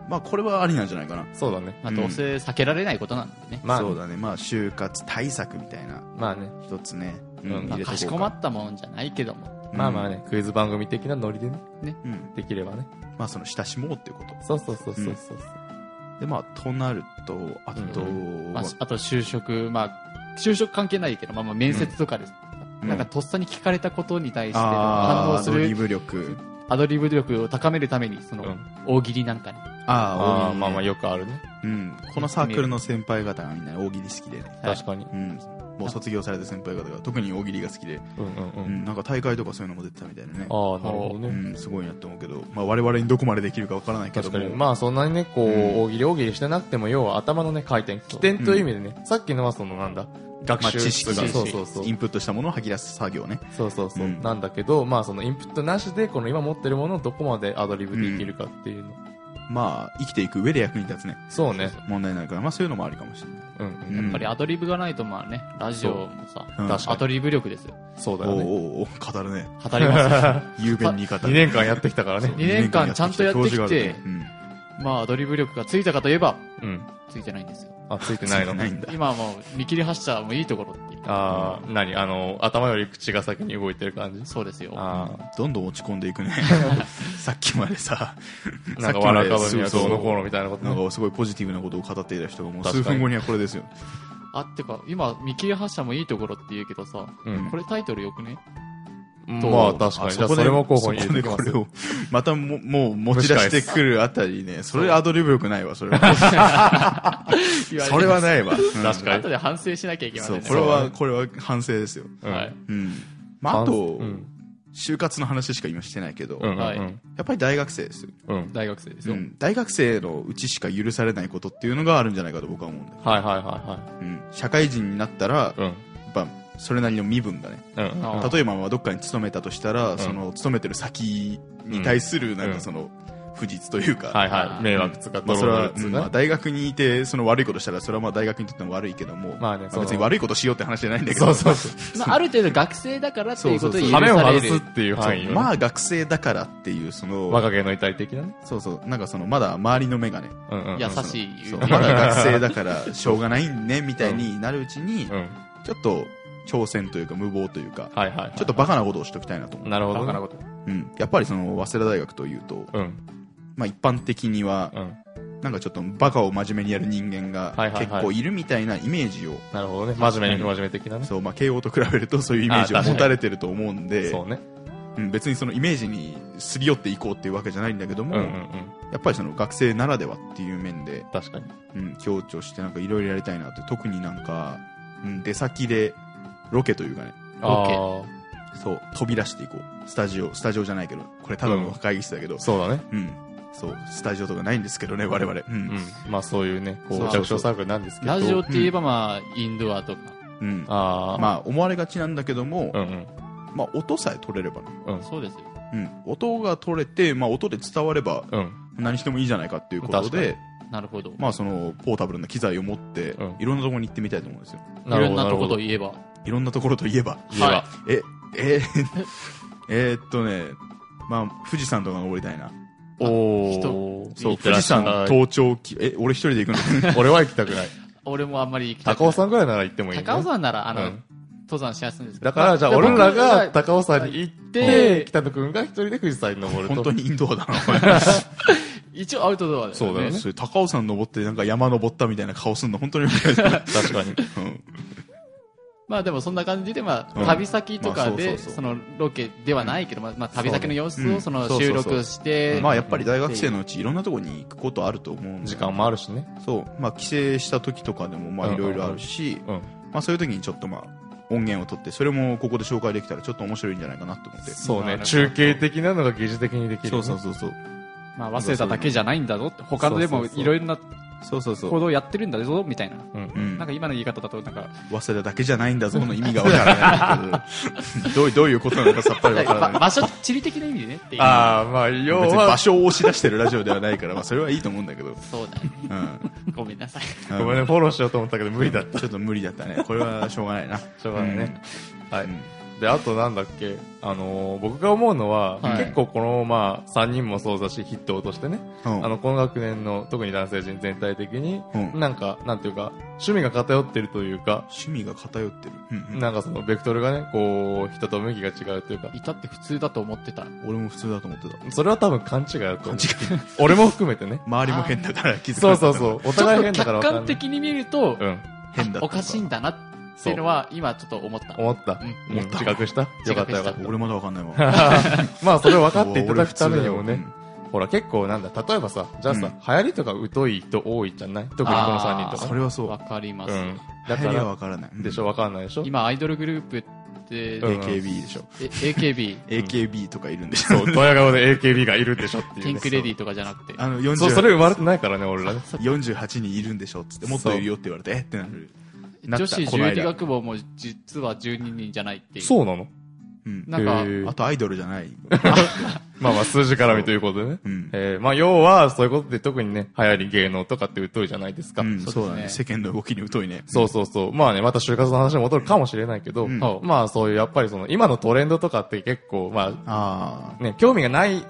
Speaker 1: まあこれはありなんじゃないかな
Speaker 3: そうだね。
Speaker 2: まあ、どうせ避けられないことなんでね。
Speaker 3: まあ
Speaker 1: そう
Speaker 3: ね。
Speaker 1: だねまあ就活対策みたいな
Speaker 3: まあね。
Speaker 1: 一つね、
Speaker 3: うん
Speaker 1: 入
Speaker 2: まあ、
Speaker 1: れて
Speaker 2: かし
Speaker 1: こ
Speaker 2: こ
Speaker 1: う
Speaker 2: まったもんじゃないけども。
Speaker 3: まあまあね、クイズ番組的なノリでね、
Speaker 1: うん
Speaker 3: できればね。
Speaker 1: まあその親しもうっていうこと
Speaker 3: そうそうそうそうそうそう。
Speaker 1: でまあとなるとあと、
Speaker 2: まあ、あと就職、まあ、就職関係ないけど、まあまあ面接とかです。
Speaker 1: うん
Speaker 2: なんかとっさに聞かれたことに対して
Speaker 1: あ
Speaker 2: 反
Speaker 1: ー
Speaker 2: 応す
Speaker 1: アドリ
Speaker 2: る
Speaker 1: ブ力
Speaker 2: アドリブ力を高めるために、その
Speaker 3: うん、
Speaker 2: 大喜利なんかに。
Speaker 1: あ
Speaker 3: ああ、まあまあよくあるね。
Speaker 1: あ、うん、このサークルの先輩方がみんな大喜利好きでね、
Speaker 2: はい
Speaker 3: 確かに。
Speaker 1: うん、もう卒業された先輩方が特に大喜利が好きで、
Speaker 3: うんうんう。
Speaker 1: うんん、なんか大会とかそういうのも出てたみたいなね
Speaker 3: ああ、なるほど
Speaker 1: う
Speaker 3: ね。
Speaker 1: ん、すごいなと思うけど、まあ、我々にどこまでできるかわからないけど
Speaker 3: 確か
Speaker 1: も
Speaker 3: に。まあそんなにね、こう、
Speaker 1: うん
Speaker 3: 大喜利大喜利してなくても、要は頭のね、回転、起点という意味でね、さっきのはそのなんだ、学
Speaker 1: まあ
Speaker 3: 習
Speaker 1: 知識
Speaker 3: と
Speaker 1: が
Speaker 3: かそうそうそう
Speaker 1: イ。ンプットしたものを吐き出す作業ね
Speaker 3: そうそうそう。
Speaker 1: うん
Speaker 3: なんだけど、まあそのインプットなしで、この今持ってるものをどこまでアドリブでいけるかっていうの。
Speaker 1: まあ生きていく上で役に立つね
Speaker 3: そうね。
Speaker 1: 問題になるから、まあ、そういうのもありかもしれない、
Speaker 3: うん
Speaker 1: うん
Speaker 3: うん。
Speaker 2: やっぱりアドリブがないとまあね、ラジオもさ、
Speaker 1: うん
Speaker 2: アドリブ力ですよ。
Speaker 3: そうだ
Speaker 1: お
Speaker 3: よ
Speaker 1: う
Speaker 3: ね。
Speaker 1: おうおう語るね
Speaker 2: 語りますよ。
Speaker 1: 雄弁に語る
Speaker 3: 2年間やってきたからね。
Speaker 2: 2年間ちゃんとやってきて、
Speaker 1: うん、
Speaker 2: まあアドリブ力がついたかといえば、
Speaker 3: うん。
Speaker 2: ついてないんですよ。
Speaker 3: あ、ついてないの。
Speaker 1: ないんだ
Speaker 2: 今はもう見切り発車もいいところっていう。
Speaker 3: ああ、何あの、頭より口が先に動いてる感じ
Speaker 2: そうですよ。
Speaker 3: ああ。
Speaker 1: どんどん落ち込んでい くねさっきまでさ
Speaker 3: なんか笑うかぶには
Speaker 1: そう
Speaker 3: どうのこうのみたいなこと
Speaker 1: なん
Speaker 3: ね。
Speaker 1: かすごいポジティブなことを語っていた人がもう
Speaker 3: 確
Speaker 1: 数
Speaker 3: かに
Speaker 1: 分後にはこれですよ
Speaker 2: あ、ってか、今見切り発車もいいところって言うけどさ、
Speaker 3: うん
Speaker 2: これタイトルよくね
Speaker 3: まあ確かに。じゃあ
Speaker 1: こ
Speaker 3: そ
Speaker 1: で
Speaker 3: れも候補に入
Speaker 1: そこ
Speaker 3: れ
Speaker 1: で
Speaker 3: てきま
Speaker 1: こ
Speaker 3: す
Speaker 1: れ
Speaker 3: よ
Speaker 1: をまたももう持ち出してくるあたりねそれアドリブ力ないわそれはそれはないわうん
Speaker 3: 確かに
Speaker 2: 後。で反省しなきゃいけませ
Speaker 1: そ
Speaker 2: ん
Speaker 1: う
Speaker 2: ね。
Speaker 1: これはこれは反省ですよ
Speaker 3: うん
Speaker 2: はい。
Speaker 1: うんまああと
Speaker 3: うん
Speaker 1: 就活の話しか今してないけど
Speaker 3: うんうん
Speaker 2: はい
Speaker 1: やっぱり大学生ですよ
Speaker 3: うん。
Speaker 2: 大学生です
Speaker 1: う
Speaker 2: よ。
Speaker 1: ん大学生のうちしか許されないことっていうのがあるんじゃないかと僕は思うんだよ
Speaker 3: はいはいは
Speaker 1: うん社会人になったら
Speaker 3: いはい。
Speaker 1: やっぱそれなりの身分がね
Speaker 3: うん。うん。
Speaker 2: あ
Speaker 1: 例えばまあどっかに勤めたとしたら、その勤めてる先に対するなんかその不実というか、
Speaker 3: はいはい。迷惑つか、
Speaker 1: まあ、
Speaker 3: 泥
Speaker 1: それは
Speaker 3: 棒、
Speaker 1: う
Speaker 3: つ
Speaker 1: んまあ
Speaker 3: か。
Speaker 1: 大学にいてその悪いことしたらそれはまあ大学にとっても悪いけども、
Speaker 3: まあねそう
Speaker 1: 別に悪いことしようって話じゃないんだけど
Speaker 3: そうそう そ
Speaker 2: まあ、ある程度学生だからっていうことで
Speaker 3: う。
Speaker 2: 許
Speaker 3: 羽
Speaker 2: さ
Speaker 3: 目を
Speaker 2: れ
Speaker 3: 外
Speaker 2: る。
Speaker 3: すっていう範囲よね。
Speaker 1: まあ学生だからっていうその、
Speaker 3: 若気の遺体的なね。
Speaker 1: そうそうなんかそのまだ周りの目がね
Speaker 3: うんうん。
Speaker 2: 優しい。
Speaker 1: そうまだ学生だからしょうがないねみたいになるうちに、
Speaker 3: うん。
Speaker 1: ちょっと挑戦というか無謀というか、
Speaker 3: はいはい。
Speaker 1: ちょっと、バカなことをしときたいなと思う、
Speaker 3: なるほ
Speaker 2: バ
Speaker 3: ど
Speaker 2: カ
Speaker 3: ね。
Speaker 2: なこと。
Speaker 1: うんやっぱりその早稲田大学というと、
Speaker 3: うん。
Speaker 1: まあ、一般的には
Speaker 3: うん。
Speaker 1: なんかちょっとバカを真面目にやる人間が
Speaker 3: はいはいはい
Speaker 1: 結構いるみたいなイメージを、
Speaker 3: なるほどね。真面目に不真面目的なね。
Speaker 1: そうまあ、慶応と比べるとそういうイメージを
Speaker 3: あ確か
Speaker 1: 持
Speaker 3: に
Speaker 1: たれてると思うんで、
Speaker 3: そうね。
Speaker 1: うん別にそのイメージにすり寄っていこうっていうわけじゃないんだけど
Speaker 3: う
Speaker 1: も、
Speaker 3: んうんうん。
Speaker 1: やっぱりその学生ならではっていう面で、
Speaker 3: 確かに。
Speaker 1: うん、強調してなんかいろいろやりたいなって特になんか、うん、出先でロケというかね
Speaker 3: あ
Speaker 1: そう飛び出していこうスタジオスタジオじゃないけどこれただの会議室だけど、
Speaker 3: あ、そうだね。
Speaker 1: うん、そうスタジオとかないんですけどね我々、う
Speaker 3: うんん。まあそういうね、こ
Speaker 1: そう
Speaker 3: う、弱小サークルなんですけど。
Speaker 2: ラジオって言えばまあ、インドアとか。
Speaker 1: うん
Speaker 3: ああ、
Speaker 1: まあ思われがちなんだけども、
Speaker 3: うんうん。
Speaker 1: まあ、音さえ取れればな、
Speaker 3: うん。
Speaker 2: そうですよ。
Speaker 1: うん、音が取れて、まあ、音で伝われば
Speaker 3: うん。
Speaker 1: 何してもいいじゃないかっていうことで、
Speaker 2: なるほど。
Speaker 1: まあ、そのポータブルな機材を持って、
Speaker 3: うん
Speaker 1: いろんなところに行ってみたいと思うんですよ
Speaker 2: いろんなとこと言えば。
Speaker 1: いろんなところといえば
Speaker 3: 言えば
Speaker 2: はい
Speaker 1: えええーっとね、まあ、富士山とか登りたいな
Speaker 3: おお。
Speaker 1: そう
Speaker 3: 行って
Speaker 1: 富
Speaker 3: らっ
Speaker 1: 士
Speaker 3: しゃ
Speaker 1: 山
Speaker 3: る
Speaker 1: 登頂記え俺一人で行くの
Speaker 3: 俺は行きたくない。
Speaker 2: 俺もあんまり行きたくな
Speaker 3: 高
Speaker 2: い
Speaker 3: 尾山ぐらいなら行ってもいいね。
Speaker 2: 高尾山なら、あの、
Speaker 3: うん
Speaker 2: 登山しやすいんですけど
Speaker 3: だから、じゃあ
Speaker 2: ま
Speaker 3: 俺ら
Speaker 2: 僕
Speaker 3: が高尾山に行っ
Speaker 2: で
Speaker 3: て、北野くんが一人で富士山に登ると。
Speaker 1: 本当にインドアだなお前
Speaker 2: 一応アウトドアで。
Speaker 3: そうだよね。
Speaker 1: それ高尾山登ってなんか山登ったみたいな顔すんの本当に良くないですか
Speaker 3: 確かに。
Speaker 1: うん
Speaker 2: まあでもそんな感じで、ま
Speaker 1: うん
Speaker 2: あ、旅先と
Speaker 1: ま
Speaker 2: か
Speaker 1: あ
Speaker 2: で、
Speaker 1: そうそうそう
Speaker 2: そのロケではないけど、まあまあ旅先の様
Speaker 1: そう
Speaker 2: 子
Speaker 1: ねう
Speaker 2: を
Speaker 1: んそ
Speaker 2: そ
Speaker 1: う
Speaker 2: の
Speaker 1: そうそう
Speaker 2: 収録して。
Speaker 1: まあやっぱり大学生のうちいろんなとこに行くことあると思うんで
Speaker 3: 時間もあるしね。
Speaker 1: そうまあ帰省した時とかでもま
Speaker 3: う
Speaker 1: あ
Speaker 3: ん
Speaker 1: いろいろあるし、
Speaker 3: うん。
Speaker 1: まあそういう時にちょっとまあ音源を取ってそれもここで紹介できたらちょっと面白いんじゃないかなと思って
Speaker 3: そう
Speaker 2: なる
Speaker 3: ね
Speaker 2: ほ。ど
Speaker 3: 中継的なのが疑似的にできる。
Speaker 1: そうそうそうそう
Speaker 2: まあ早稲田だけじゃないんだぞって、他のでも
Speaker 3: そうそうそう
Speaker 2: いろいろな
Speaker 1: そうそうそう
Speaker 2: 行動をやってるんだぞ、みたいな。
Speaker 3: うん。
Speaker 1: うん
Speaker 2: なんか今の言い方だと、なんか、
Speaker 1: 早稲田だけじゃないんだぞの意味がわからないどう どういうことなのかさっぱりわから ない
Speaker 2: 場所、地理的な意味でねっていう。
Speaker 3: ああ、まあ、
Speaker 1: 別
Speaker 3: 要
Speaker 1: に
Speaker 3: は
Speaker 1: 場、所を押し出してるラジオではないから、まあ、それはいいと思うんだけど、
Speaker 2: そうだね。
Speaker 1: うん
Speaker 2: ごめんなさい。
Speaker 1: うん
Speaker 3: ごめんね、フォローしようと思ったけど無理だった。
Speaker 1: ちょっと無理だったねこれはしょうがないな
Speaker 3: しょうがないね。はい。
Speaker 1: うん
Speaker 3: で、あとなんだっけ、あのー僕が思うのは、
Speaker 2: はい
Speaker 3: 結構この、まあ、3人もそうだし、筆頭としてね、
Speaker 1: うん
Speaker 3: あの、この学年の、特に男性陣全体的に、
Speaker 1: うん
Speaker 3: なんか、なんていうか、趣味が偏ってるというか、
Speaker 1: 趣味が偏ってる、うんうん
Speaker 3: なんかその、ベクトルがね、こう、人と向きが違うというか、
Speaker 2: いたって普通だと思ってた。
Speaker 1: 俺も普通だと思ってた
Speaker 3: それは多分勘違いだと思う
Speaker 1: 勘。違い。
Speaker 3: 俺も含めてね
Speaker 1: 周りも変だから気づか
Speaker 3: そう
Speaker 1: なかっ
Speaker 3: そう
Speaker 1: た
Speaker 3: そう
Speaker 1: う。
Speaker 3: お
Speaker 2: ち
Speaker 3: 互い
Speaker 2: ょっ
Speaker 3: 変
Speaker 2: と
Speaker 3: だから
Speaker 2: 客
Speaker 3: わかんない。
Speaker 2: 観的に見ると、
Speaker 3: うん。
Speaker 1: 変だ
Speaker 2: おかしいん
Speaker 1: だ
Speaker 2: だなっていうのは、今ちょっと思った。
Speaker 3: 思った。
Speaker 2: うん
Speaker 3: うん自覚したよかったよかっ
Speaker 2: 自
Speaker 3: た。
Speaker 1: 俺まだわかん ないわ
Speaker 3: まあ、それを分かっていただくためにも
Speaker 1: う
Speaker 3: ね
Speaker 1: ん、
Speaker 3: ほら、結構なんだ、例えばさ、じゃあさ、
Speaker 1: うん
Speaker 3: 流行りとか疎い人多いじゃない特にこの3人と
Speaker 1: そ
Speaker 3: か。
Speaker 1: れはそう
Speaker 2: わかります。
Speaker 3: うん。だ
Speaker 1: 流
Speaker 3: か
Speaker 1: 行りは
Speaker 3: ら、
Speaker 1: わからない
Speaker 3: でしょ、わかんないでしょ
Speaker 2: 今、アイドルグループって、
Speaker 3: うん
Speaker 1: AKB でしょ
Speaker 2: え AKB、
Speaker 1: AKB とかいるんでしょ
Speaker 3: そう、ドヤ顔で AKB がいるんでしょっていうね。
Speaker 2: ピンクレディーとかじゃなくて。
Speaker 1: あの
Speaker 3: そ
Speaker 1: 40
Speaker 3: う、それ生まれてないからね、俺らね。
Speaker 1: 48人いるんでしょっつってもっといるよって言われてえってなるなった
Speaker 2: 女子
Speaker 1: この間
Speaker 2: 獣理学部も実は12人じゃないっていう。
Speaker 3: そうなの
Speaker 1: うん
Speaker 2: なんか
Speaker 3: へ、ー
Speaker 1: あとアイドルじゃ ない
Speaker 3: まあまあ、数字絡みということでね。
Speaker 1: うん
Speaker 3: えーまあ、要は、そういうことで特にね、流行り芸能とかって疎いじゃないですか。
Speaker 1: うん
Speaker 2: そうですね
Speaker 1: そうだね世間の動きに疎いね
Speaker 3: そうそうそう。まあね、また就活の話に戻るかもしれないけど、
Speaker 1: うん
Speaker 3: まあそういう、やっぱりその、今のトレンドとかって結構、まあ、
Speaker 1: あ
Speaker 3: ね、興味がない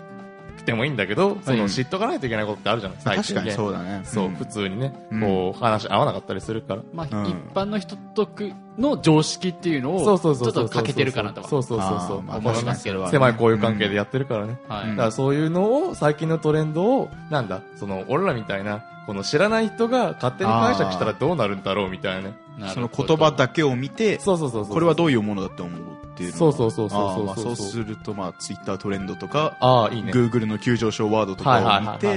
Speaker 3: くてもいいんだけど、そ
Speaker 1: は
Speaker 3: の
Speaker 1: い
Speaker 3: 知っとかないといけないことってあるじゃないです
Speaker 1: あ確かに
Speaker 3: う。
Speaker 1: そうだね
Speaker 3: そう、
Speaker 1: ん
Speaker 3: 普通にね、
Speaker 1: うん
Speaker 3: こう、話合わなかったりするから。
Speaker 2: まあ、
Speaker 1: うん
Speaker 2: 一般の人とくの常識っていうの
Speaker 3: そ
Speaker 2: を、
Speaker 3: う
Speaker 2: ち
Speaker 3: そ
Speaker 2: ょ
Speaker 3: うそう
Speaker 2: っ
Speaker 3: そう。
Speaker 2: と欠けてるかなとは。
Speaker 3: そうそうそうそ
Speaker 1: あ
Speaker 3: う。
Speaker 1: ーまあ
Speaker 2: 思いますけ
Speaker 1: 確かにそれ
Speaker 2: ど
Speaker 1: はね
Speaker 3: 狭い交友関係でやってるからね。
Speaker 2: は
Speaker 1: うん
Speaker 2: い
Speaker 3: だからそういうのを、最近のトレンドを、なんだ、その、俺らみたいな、この知らない人が勝手に解釈したらどうなるんだろうみたいなね。
Speaker 2: な
Speaker 1: そ
Speaker 2: る
Speaker 1: の
Speaker 2: ほ
Speaker 1: 言
Speaker 2: ど
Speaker 1: 葉だけを見て
Speaker 3: そうそうそうそう。
Speaker 1: これはどういうものだって思うっていうのが
Speaker 3: そうそうそうそうそう
Speaker 1: あーまあ
Speaker 3: そ
Speaker 1: そううするとまあツイッタートレンドとか
Speaker 3: ああ、いいね。
Speaker 1: Google の急上昇ワードとかを見
Speaker 3: はいはいはい
Speaker 1: て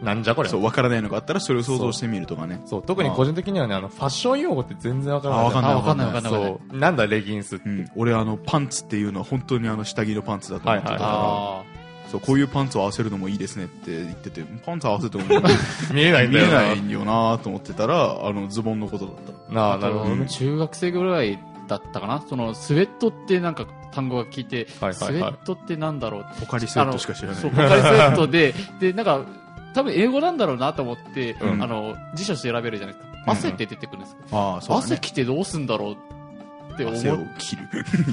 Speaker 3: はなんじゃこれ
Speaker 1: そうわからないのがあったらそれを想像してみるとかね
Speaker 3: そう、特に個人的にはね、あの、ファッション用語って全然わから
Speaker 1: あわかんない
Speaker 2: あわかんないわかんないわかんない。
Speaker 3: そう、なんだレギンスって。
Speaker 1: うん、俺あのパンツっていうのは本当にあの下着のパンツだと思ってたから、
Speaker 3: はいはいは
Speaker 2: あ
Speaker 1: そうこういうパンツを合わせるのもいいですねって言っててパンツ合わせ ても見
Speaker 3: 見えないんだ
Speaker 1: え
Speaker 3: よな。
Speaker 1: ないよなと思ってたらあのズボンのことだった
Speaker 3: な
Speaker 2: あ。
Speaker 3: あ、なるほど
Speaker 2: あ
Speaker 3: ね
Speaker 2: と。中学生ぐらいだったかなその、スウェットってなんか単語が聞いて、
Speaker 3: はいはいはい
Speaker 2: スウェットってなんだろうって
Speaker 1: ポカリスウェットしか知らない
Speaker 2: そう、ポカリスエットで、で、なんか、多分英語なんだろうなと思って、
Speaker 1: うん
Speaker 2: あの、辞書調べるじゃないですか。汗って出てくるんですよ
Speaker 1: ああ
Speaker 2: 汗着てどうすんだろうって
Speaker 1: 汗
Speaker 2: 思
Speaker 1: を
Speaker 2: う。
Speaker 1: 切る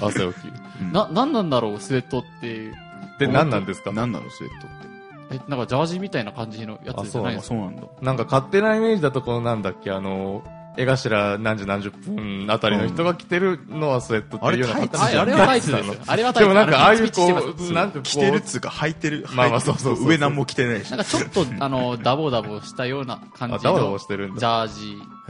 Speaker 3: 汗を切る。
Speaker 2: な、なんなんだろう、スウェットっていう。
Speaker 3: で、何なんですか
Speaker 1: 何なのスウェットって
Speaker 2: え、なんかジャージみたいな感じのやつじゃない
Speaker 1: あ
Speaker 2: です
Speaker 1: そ
Speaker 2: か。
Speaker 1: うなんだ
Speaker 3: なんか勝手なイメージだとこのなんだっけ、あの、江頭何時何十分あたりの人が着てるのはスウェットっていうような
Speaker 1: あれタイツ
Speaker 2: あれあれはタイツですよ。あれはタイ
Speaker 3: で
Speaker 2: ツ
Speaker 3: もなんかああいう
Speaker 2: ピチピチしてます
Speaker 3: こうなんかこう
Speaker 1: 着てるっつうか、履いてる。
Speaker 3: まあまあ
Speaker 1: 履いてる
Speaker 3: そうそうそう
Speaker 1: 上何も着てないし
Speaker 2: なん。かちょっと、あの、ダボダボしたような感じの、
Speaker 3: あダボダボしてるんだ
Speaker 2: ジャ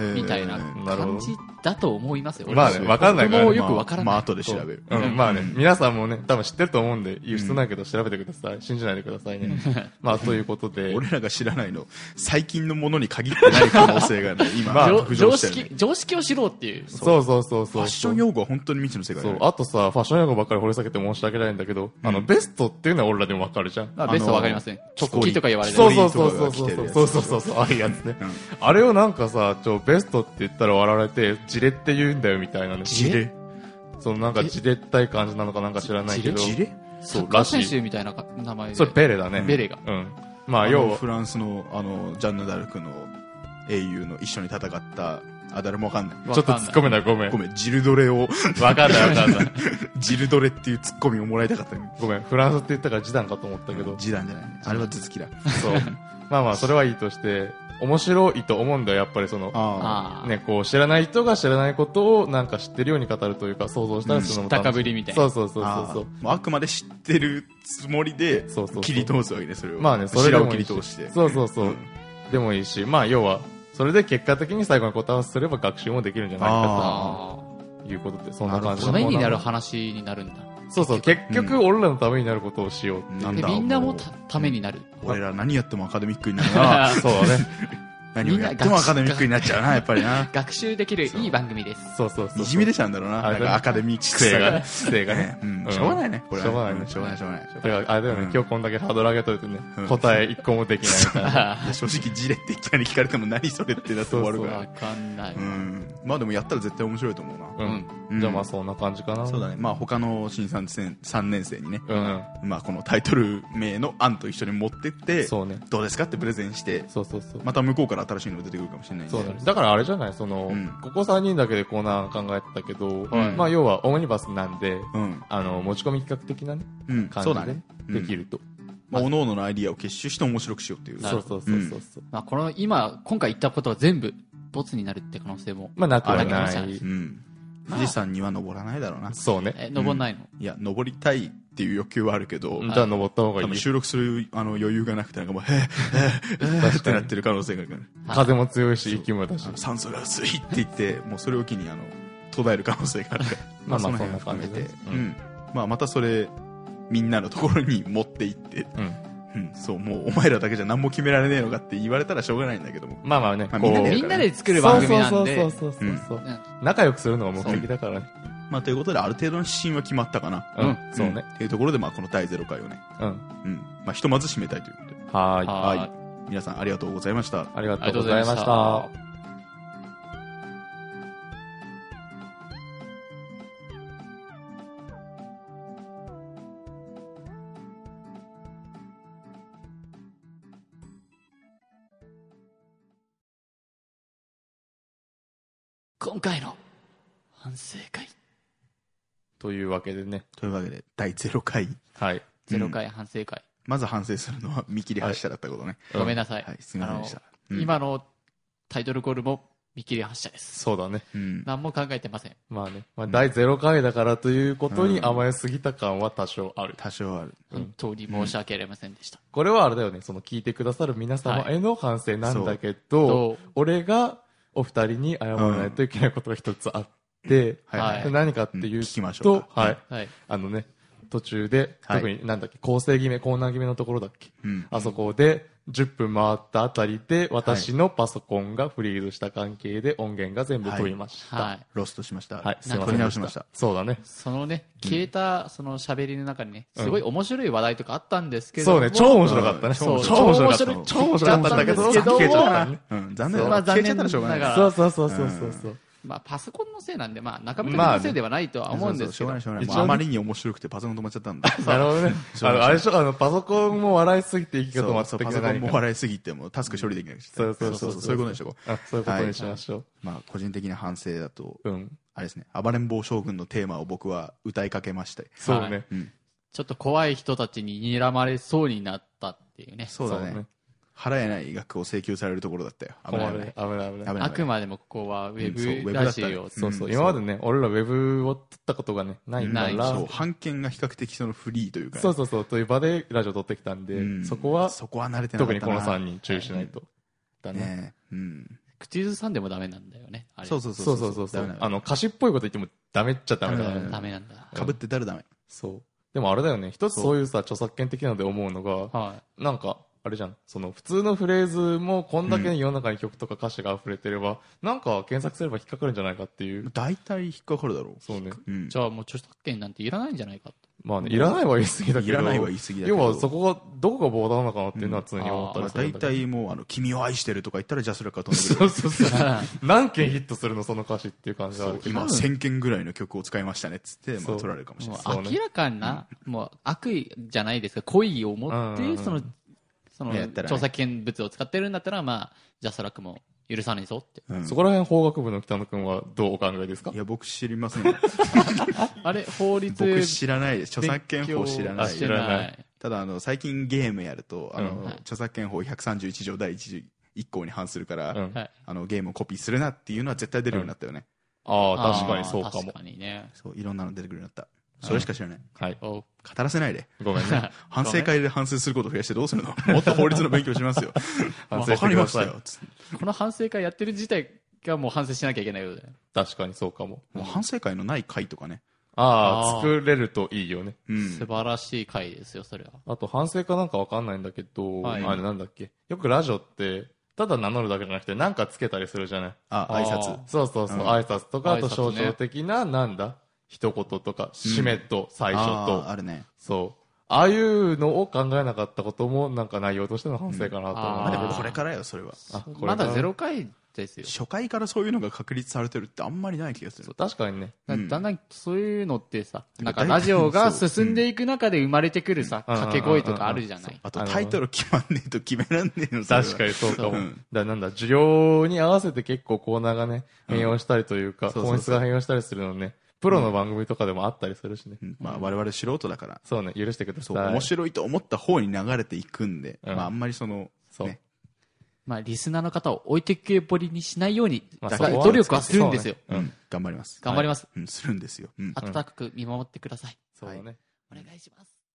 Speaker 2: ージみたいな
Speaker 1: へー
Speaker 3: なるほ
Speaker 2: 感
Speaker 3: ど
Speaker 2: じだと思いますよ。
Speaker 3: まあね
Speaker 2: 俺
Speaker 3: わかんないからね
Speaker 2: 僕もよくわから
Speaker 1: まあ、まあ後
Speaker 2: ない。
Speaker 1: で調べる。
Speaker 3: うんまあね、皆さんもね、多分知ってると思うんで、言う必要ないけど調べてください。信じないでくださ いね。まあ、ということで、
Speaker 1: 俺らが知らないの、最近のものに限ってない可能性 がね、今、
Speaker 2: 常
Speaker 1: 浮
Speaker 2: 常
Speaker 1: 上してるね、
Speaker 2: 識、常識を知ろうっていう。
Speaker 3: そうそうそうそう。
Speaker 1: ファッション用語は本当に未知の世界
Speaker 3: そ
Speaker 1: だ
Speaker 3: う
Speaker 1: ね。
Speaker 3: あとさ、ファッション用語ばっかり掘り下げて申し訳ないんだけど、あの、ベストっていうのは俺らでもわかるじゃん。
Speaker 2: まあ、ベストはわかりません。チョコキとか言われる。
Speaker 3: そう
Speaker 1: 鳥
Speaker 3: そ
Speaker 1: と
Speaker 3: うそう
Speaker 1: か
Speaker 3: そ
Speaker 1: が
Speaker 3: う
Speaker 1: 来て
Speaker 3: そ
Speaker 1: る
Speaker 3: う
Speaker 1: やつ
Speaker 3: そうそうそうああいうやつね、あれをなんかさちょベストって言ったら笑われてジレって言うんだよみたいなね
Speaker 1: 事例
Speaker 3: そのなんかジレったい感じなのかなんか知らないけど
Speaker 1: 事例
Speaker 2: サ
Speaker 3: そう
Speaker 2: ッカー
Speaker 3: らし
Speaker 2: 選
Speaker 3: い
Speaker 2: 手みたいなか名前で。
Speaker 3: それペレだね
Speaker 2: ペレが
Speaker 3: うんまあ
Speaker 1: あ
Speaker 3: 要
Speaker 1: の
Speaker 3: は
Speaker 1: フランスの、あの、ジャンヌ・ダルクの英雄の一緒に戦った、あ、誰もわかんない。
Speaker 2: わ
Speaker 3: ちょっと
Speaker 2: かんない
Speaker 3: 突っ込めないごめん
Speaker 1: ごめん、ジルドレを、
Speaker 3: わかんないわかんない
Speaker 1: ジルドレっていうツッコミをもらいたかったの
Speaker 3: ごめんフランスって言ったから示談かと思ったけど
Speaker 1: ジダンじゃないね。あれは頭突きだ。
Speaker 3: そうまあまあそれはいいとして面白いと思うんだよやっぱりその
Speaker 1: あ
Speaker 2: ああ。
Speaker 3: ね、こう知らない人が知らないことをなんか知ってるように語るというか想像したりす
Speaker 2: う
Speaker 3: るのも楽しい、
Speaker 2: ん知ったかぶりみたいな
Speaker 3: そうそうそうそうそう
Speaker 1: ああくまで知ってるつもりで
Speaker 3: そうそうそう
Speaker 1: 切り通すわけねそれを
Speaker 3: まあね、それで
Speaker 1: 白を
Speaker 3: も
Speaker 1: 切
Speaker 3: いい
Speaker 1: り通
Speaker 3: し
Speaker 1: して
Speaker 3: そうそうそう。
Speaker 1: うん
Speaker 3: でもいいし、まあ要は、それで結果的に最後に答えをすれば学習もできるんじゃないか
Speaker 2: あ
Speaker 3: ということで、そんな感
Speaker 2: あ。
Speaker 3: じ
Speaker 2: た
Speaker 3: の
Speaker 2: めになる話になるんだ。
Speaker 3: そうそう、結局俺らのためになることをしようっていう。
Speaker 1: なん
Speaker 2: で、
Speaker 1: だ
Speaker 2: みんなも
Speaker 1: う
Speaker 2: たためになる。
Speaker 1: 俺ら何やってもアカデミックになるな
Speaker 3: そうだね。
Speaker 1: 何をやってもアカデミックになっちゃうなやっぱりな
Speaker 2: 学習できるいい番組です。
Speaker 3: そうそうそう。
Speaker 1: いじめ
Speaker 3: で
Speaker 1: 出ちゃうんだろうな
Speaker 3: あ
Speaker 1: なんかアカデミック
Speaker 3: 姿
Speaker 1: さ
Speaker 3: 勢
Speaker 1: が
Speaker 3: が、姿勢がね
Speaker 1: ね。うん
Speaker 3: うん
Speaker 1: しょうがないねこれは
Speaker 3: しょうがないね
Speaker 1: んしょうがないしょうがない
Speaker 3: だから、あれだよね、
Speaker 1: うん
Speaker 3: 今日こんだけハードル上げといてね、
Speaker 1: うん
Speaker 3: 答え一個もできないみたい な。
Speaker 1: いや正直ジレっていきなり聞かれても何それってなって終わるから
Speaker 2: わかんない。
Speaker 1: うんまあでもやったら絶対面白いと思うな
Speaker 3: うん。
Speaker 1: うん
Speaker 3: じゃあまあそんな感じかな。
Speaker 1: そうだねまあ他の新3年生にね
Speaker 3: うん。
Speaker 1: まあこのタイトル名の案と一緒に持ってって
Speaker 3: そうね。
Speaker 1: どうですかってプレゼンして
Speaker 3: そうそうそう。
Speaker 1: また向こうから新しいのが出てくるかもしれないんで
Speaker 3: そうだねだからあれじゃないその、
Speaker 1: うん
Speaker 3: ここ3人だけでコーナー考えてたけど、
Speaker 2: はい
Speaker 3: まあ要はオムニバスなんで、
Speaker 1: うん
Speaker 3: あの、持ち込み企画的なね、
Speaker 1: うん
Speaker 3: 感
Speaker 1: そう
Speaker 3: じ
Speaker 1: だ
Speaker 3: で
Speaker 1: ね
Speaker 3: ね、
Speaker 1: うん
Speaker 3: できると。
Speaker 1: まあ各々のアイディアを結集して面白くしようっていう
Speaker 2: な
Speaker 3: そ
Speaker 2: る
Speaker 3: う
Speaker 2: ほ
Speaker 3: そうそうそうそう。
Speaker 2: まあ、この、今、今回言ったことは全部、ボツになるって可能性も。
Speaker 3: まあなくは
Speaker 2: あな
Speaker 3: な。
Speaker 2: くはない
Speaker 1: うん富士山には登らないだろうな
Speaker 3: そうね。
Speaker 2: え、登んないの、
Speaker 1: いや登りたいっていう欲求はあるけど
Speaker 3: じゃあ登った方がい
Speaker 1: 多分
Speaker 3: い。
Speaker 1: 収録するあの余裕がなくてなんかもう「へえへえへえ」ってなってる可能性があるからね
Speaker 3: 風も強いし、息もだし
Speaker 1: あ。の酸素が薄いって言ってもうそれを機にあの途絶える可能性があるから
Speaker 3: まあまあ
Speaker 1: の辺も含めて
Speaker 3: そん
Speaker 1: う
Speaker 3: な感じ
Speaker 1: んまあまたそれみんなのところに持って行って
Speaker 3: うん。
Speaker 1: うん、そう、もうお前らだけじゃ何も決められねえのかって言われたらしょうがないんだけども。
Speaker 3: まあまあね、
Speaker 1: まあ
Speaker 3: こう。
Speaker 1: みんなで
Speaker 2: みんなで作る番組なんで。
Speaker 3: そうそうそうそうそうそう、
Speaker 2: うん
Speaker 3: 仲良くするのが目的だからね。
Speaker 1: まあ、ということで、ある程度の指針は決まったかな。
Speaker 3: うん。そうね
Speaker 1: ん。っていうところで、まあ、この第0回をね、
Speaker 3: うん。
Speaker 1: うん。まあ、ひとまず締めたいということで。
Speaker 3: はーい。
Speaker 2: はい
Speaker 1: はい。皆さんありがとうございました。
Speaker 3: ありがとうございました。
Speaker 2: 今回の反省会。
Speaker 3: というわけでね。
Speaker 1: というわけで、第0回。
Speaker 3: はい。
Speaker 2: ゼロ回反省会。
Speaker 1: まず反省するのは見切り発車だったことね。
Speaker 3: うん
Speaker 2: ごめんなさい。
Speaker 1: はい、すみませんでした。
Speaker 2: あの
Speaker 1: うん
Speaker 2: 今のタイトルコールも見切り発車です。
Speaker 3: そうだね。
Speaker 1: うん。
Speaker 2: 何も考えてません。
Speaker 3: まあね、まあ、第0回だからということに甘えすぎた感は多少ある。
Speaker 1: 多少ある。
Speaker 2: 本当に申し訳ありませんでした。
Speaker 3: これはあれだよね、その聞いてくださる皆様への反省なんだけど、
Speaker 2: と、
Speaker 3: 俺がお二人に謝らないといけないことが一つあって、
Speaker 1: はいはい
Speaker 2: はい
Speaker 3: 何かって
Speaker 1: うん
Speaker 3: い
Speaker 1: 聞
Speaker 3: う
Speaker 1: きましょう
Speaker 3: と
Speaker 1: か、
Speaker 3: はい、
Speaker 2: はい。
Speaker 3: あのね、途中で、
Speaker 1: はい
Speaker 3: 特になんだっけ、構成決め、コーナー決めのところだっけ、
Speaker 1: うん。
Speaker 3: あそこで10分回ったあたりで、私のパソコンがフリーズした関係で音源が全部飛びました。はい、
Speaker 2: はい。
Speaker 1: ロストしました。
Speaker 3: すいませんでした。
Speaker 1: 取り直しました。
Speaker 3: そうだね。
Speaker 2: そのね、消えた、その喋りの中にね、すごい面白い話題とかあったんですけど
Speaker 3: そ
Speaker 2: も
Speaker 3: うね、超面白かったね。
Speaker 2: そう
Speaker 3: 超面白かった。
Speaker 2: 超
Speaker 3: 超
Speaker 2: 面白
Speaker 3: 面
Speaker 2: か
Speaker 3: 白か
Speaker 2: っん
Speaker 3: ったたん
Speaker 2: だ
Speaker 3: だ
Speaker 2: け
Speaker 3: け
Speaker 2: ど
Speaker 3: ど、
Speaker 2: 消えちゃったんだ
Speaker 1: うん、残念
Speaker 2: そ
Speaker 1: だ
Speaker 2: うま
Speaker 1: な
Speaker 2: あ
Speaker 1: 消えちゃったらしょうがない
Speaker 2: 残念ながら
Speaker 1: か
Speaker 3: そうそうそうそうそうそう。
Speaker 2: まあ、パソコンのせいなんで、まあ、中身
Speaker 3: まあ
Speaker 2: の
Speaker 3: ね
Speaker 2: せいではないとは
Speaker 1: ら。
Speaker 2: 思うんですけ
Speaker 1: そうそうしょ
Speaker 2: ど、
Speaker 1: うがない、しょうがない。
Speaker 3: 一
Speaker 1: も
Speaker 3: 応
Speaker 1: うあ
Speaker 3: ね
Speaker 1: まりに面白くてパソコン止まっちゃったんだ。
Speaker 3: なるほどね。
Speaker 1: そう
Speaker 3: あの、あれでしょ、あの、パソコンも笑いすぎて息が止まっ
Speaker 1: そ
Speaker 3: て
Speaker 1: うそうパソコンも笑いすぎてもタスク処理できなくて
Speaker 3: そうそう
Speaker 1: そ
Speaker 3: そう
Speaker 1: そ
Speaker 3: うそうう
Speaker 1: そういうことでしょ
Speaker 3: あ、そういうことにしましょう。
Speaker 1: まあ個人的な反省だと
Speaker 3: うん。
Speaker 1: あれですね暴れん坊将軍のテーマを僕は歌いかけまして
Speaker 3: そうね。
Speaker 1: うん
Speaker 2: ちょっと怖い人たちに睨まれそうになったっていうね。
Speaker 1: そうだね
Speaker 3: そうね
Speaker 1: 払えない額を請求されるところだったよ。危
Speaker 3: 困
Speaker 1: ない危な
Speaker 3: る
Speaker 1: い。
Speaker 3: ね危ない危ない
Speaker 1: 危ない
Speaker 2: あくまでもここはウ
Speaker 1: うんそう
Speaker 2: ェ
Speaker 1: ウェ
Speaker 2: ブ
Speaker 1: ブだっ
Speaker 2: ラ
Speaker 1: た
Speaker 2: ジ
Speaker 1: ね
Speaker 2: オ。
Speaker 3: そうそう、
Speaker 1: うん
Speaker 3: 今までね、俺らウェブを撮ったことがね、ないか
Speaker 2: ない
Speaker 3: ら、
Speaker 1: そう、版権が比較的そのフリーというかね、
Speaker 3: そうそうそう、という場でラジオ撮ってきたんで、
Speaker 1: うん
Speaker 3: そこは、
Speaker 1: そこは慣れてなか
Speaker 3: 特
Speaker 1: っ
Speaker 3: に
Speaker 1: た
Speaker 3: この
Speaker 1: な。
Speaker 3: 3人注意しないと。だね。
Speaker 1: ねえ。うん。
Speaker 2: 口ずさんでもダメなんだよね。あれ
Speaker 1: そうそう
Speaker 3: そ
Speaker 1: そうう
Speaker 3: そうそうそう。あ
Speaker 1: あの、
Speaker 3: の、歌詞っぽいこと言ってもダメっちゃダメだ
Speaker 1: ダメ
Speaker 3: ね。
Speaker 2: ダメなんだ。
Speaker 1: かぶってたらダメ。
Speaker 3: そう。でもあれだよね、一つそういうさ、著作権的なので思うのが、
Speaker 2: は
Speaker 3: なんか、あれじゃん、その普通のフレーズもこんだけ世の中に曲とか歌詞が溢れてれば、なんか検索すれば引っかかるんじゃないかっていう。
Speaker 1: 大体引っかかるだろ
Speaker 3: そうね。
Speaker 1: う。うん
Speaker 2: い。じゃあもう著作権なんていらないんじゃないかと。
Speaker 3: まあね、いらないは言い過ぎだけ
Speaker 1: い
Speaker 3: ど。
Speaker 1: らないは言い過ぎだけど
Speaker 3: 要はそこが、どこがボーダーなのかなっていうのは常に思った
Speaker 1: まあ
Speaker 3: りする
Speaker 1: 大
Speaker 3: んだけど。
Speaker 1: 体もう、あの、君を愛してるとか言ったらジャスラックが飛んでくる。
Speaker 3: そうそうそう。何件ヒットするの、その歌詞っていう感じがあるけど。
Speaker 1: 今、1000件ぐらいの曲を使いましたね、っつって、ま
Speaker 3: そ
Speaker 1: あ、
Speaker 3: う
Speaker 1: 取られるかもしれ
Speaker 2: も
Speaker 1: な
Speaker 2: う
Speaker 1: い。
Speaker 3: そうね
Speaker 2: 明らかな、もう悪意じゃないですか、恋を持っ
Speaker 3: うんうんうん
Speaker 2: て、その、その、
Speaker 1: やったらね
Speaker 2: 著作権物を使ってるんだったら、まあ、ジャスラックも許さないぞって。
Speaker 1: うん
Speaker 3: そこら辺法学部の北野くんはどうお考え ですか
Speaker 1: いや、僕知りませんよ。
Speaker 2: あれ、法律
Speaker 1: 僕知らないです。著作権法知らな
Speaker 2: あ
Speaker 1: い
Speaker 2: してない。
Speaker 1: ただ、あの、最近ゲームやると、あの、
Speaker 3: うん
Speaker 1: 著作権法131条第1項に反するから、
Speaker 3: うん
Speaker 2: はい。
Speaker 1: あの、ゲームをコピーするなっていうのは絶対出るようになったよね。
Speaker 3: ああ、確かにそうか
Speaker 2: あー
Speaker 3: も
Speaker 2: 確。かにね。
Speaker 1: そう、いろんなの出てくるようになった。それしか知らない。
Speaker 3: はい。
Speaker 2: お
Speaker 1: 語らせないで。
Speaker 3: ごめんね。
Speaker 1: 反省会で反省することを増やしてどうするの もっと法律の勉強しますよ。
Speaker 3: 反
Speaker 1: わ
Speaker 3: 省して
Speaker 1: か
Speaker 3: く
Speaker 1: り
Speaker 3: だ
Speaker 1: まし
Speaker 3: さ
Speaker 1: た
Speaker 3: い。
Speaker 1: よ。つって
Speaker 2: この反省会やってる自体がもう反省しなきゃいけないようだよね。
Speaker 3: 確かにそうかも。
Speaker 1: もう反省会のない会とかね。
Speaker 3: ああ、
Speaker 2: あー
Speaker 3: 作れるといいよね。
Speaker 1: うん
Speaker 2: 素。晴らしい回ですよ、それは。
Speaker 3: あと反省かなんかわかんないんだけど、
Speaker 2: はい
Speaker 3: あれなんだっけ。よくラジオって、ただ名乗るだけじゃなくて、なんかつけたりするじゃない。
Speaker 1: あ、挨拶。
Speaker 3: そうそうそう、
Speaker 1: うん
Speaker 3: 挨拶とか、あと
Speaker 2: 挨拶
Speaker 3: 象
Speaker 2: ね
Speaker 3: 徴的な、なんだ、一言とか、締めと最初と、
Speaker 1: あーあるね。
Speaker 3: そう。ああいうのを考えなかったことも、なんか内容としての反省かなと思
Speaker 1: まあ
Speaker 3: う
Speaker 1: で
Speaker 3: ん
Speaker 1: も
Speaker 3: だけど。
Speaker 1: これからよ、それは。
Speaker 3: あこれ
Speaker 2: まだゼロ回ですよ。
Speaker 1: 初回からそういうのが確立されてるってあんまりない気がす
Speaker 3: そ
Speaker 1: る
Speaker 3: う。確かにね。
Speaker 2: だ
Speaker 1: うん
Speaker 2: だんだんそういうのってさ、
Speaker 1: ん
Speaker 2: なんかラジオが進んでいく中で生まれてくるさ、
Speaker 3: うん
Speaker 2: 掛け声とかあるじゃない。
Speaker 1: あとタイトル決まんねえと決めらんねえの、それは
Speaker 3: 確かにそうかも。
Speaker 1: う
Speaker 3: だ
Speaker 1: ん
Speaker 3: からなんだ、需要に合わせて結構コーナーがね、変容したりというか、
Speaker 1: そうそうそう
Speaker 3: 本質が変容したりするのね、プロの番組とかでもあったりするしね。
Speaker 1: うんまあ我々素人だから、
Speaker 3: そうね、許してくださ
Speaker 1: そ
Speaker 3: い。
Speaker 1: う、面白いと思った方に流れていくんで、
Speaker 3: うん
Speaker 1: まああんまりその、
Speaker 3: そう
Speaker 1: ね、
Speaker 2: まあ、リスナーの方を置いてけぼりにしないように、
Speaker 3: まあ
Speaker 2: だ
Speaker 3: そこは
Speaker 2: 努力はするんですよ。
Speaker 3: うん
Speaker 1: うん頑張ります。
Speaker 2: 頑張ります。
Speaker 1: うん、するんですよ。うん。
Speaker 2: 温かく見守ってください。
Speaker 3: そうだね。
Speaker 2: お願いします。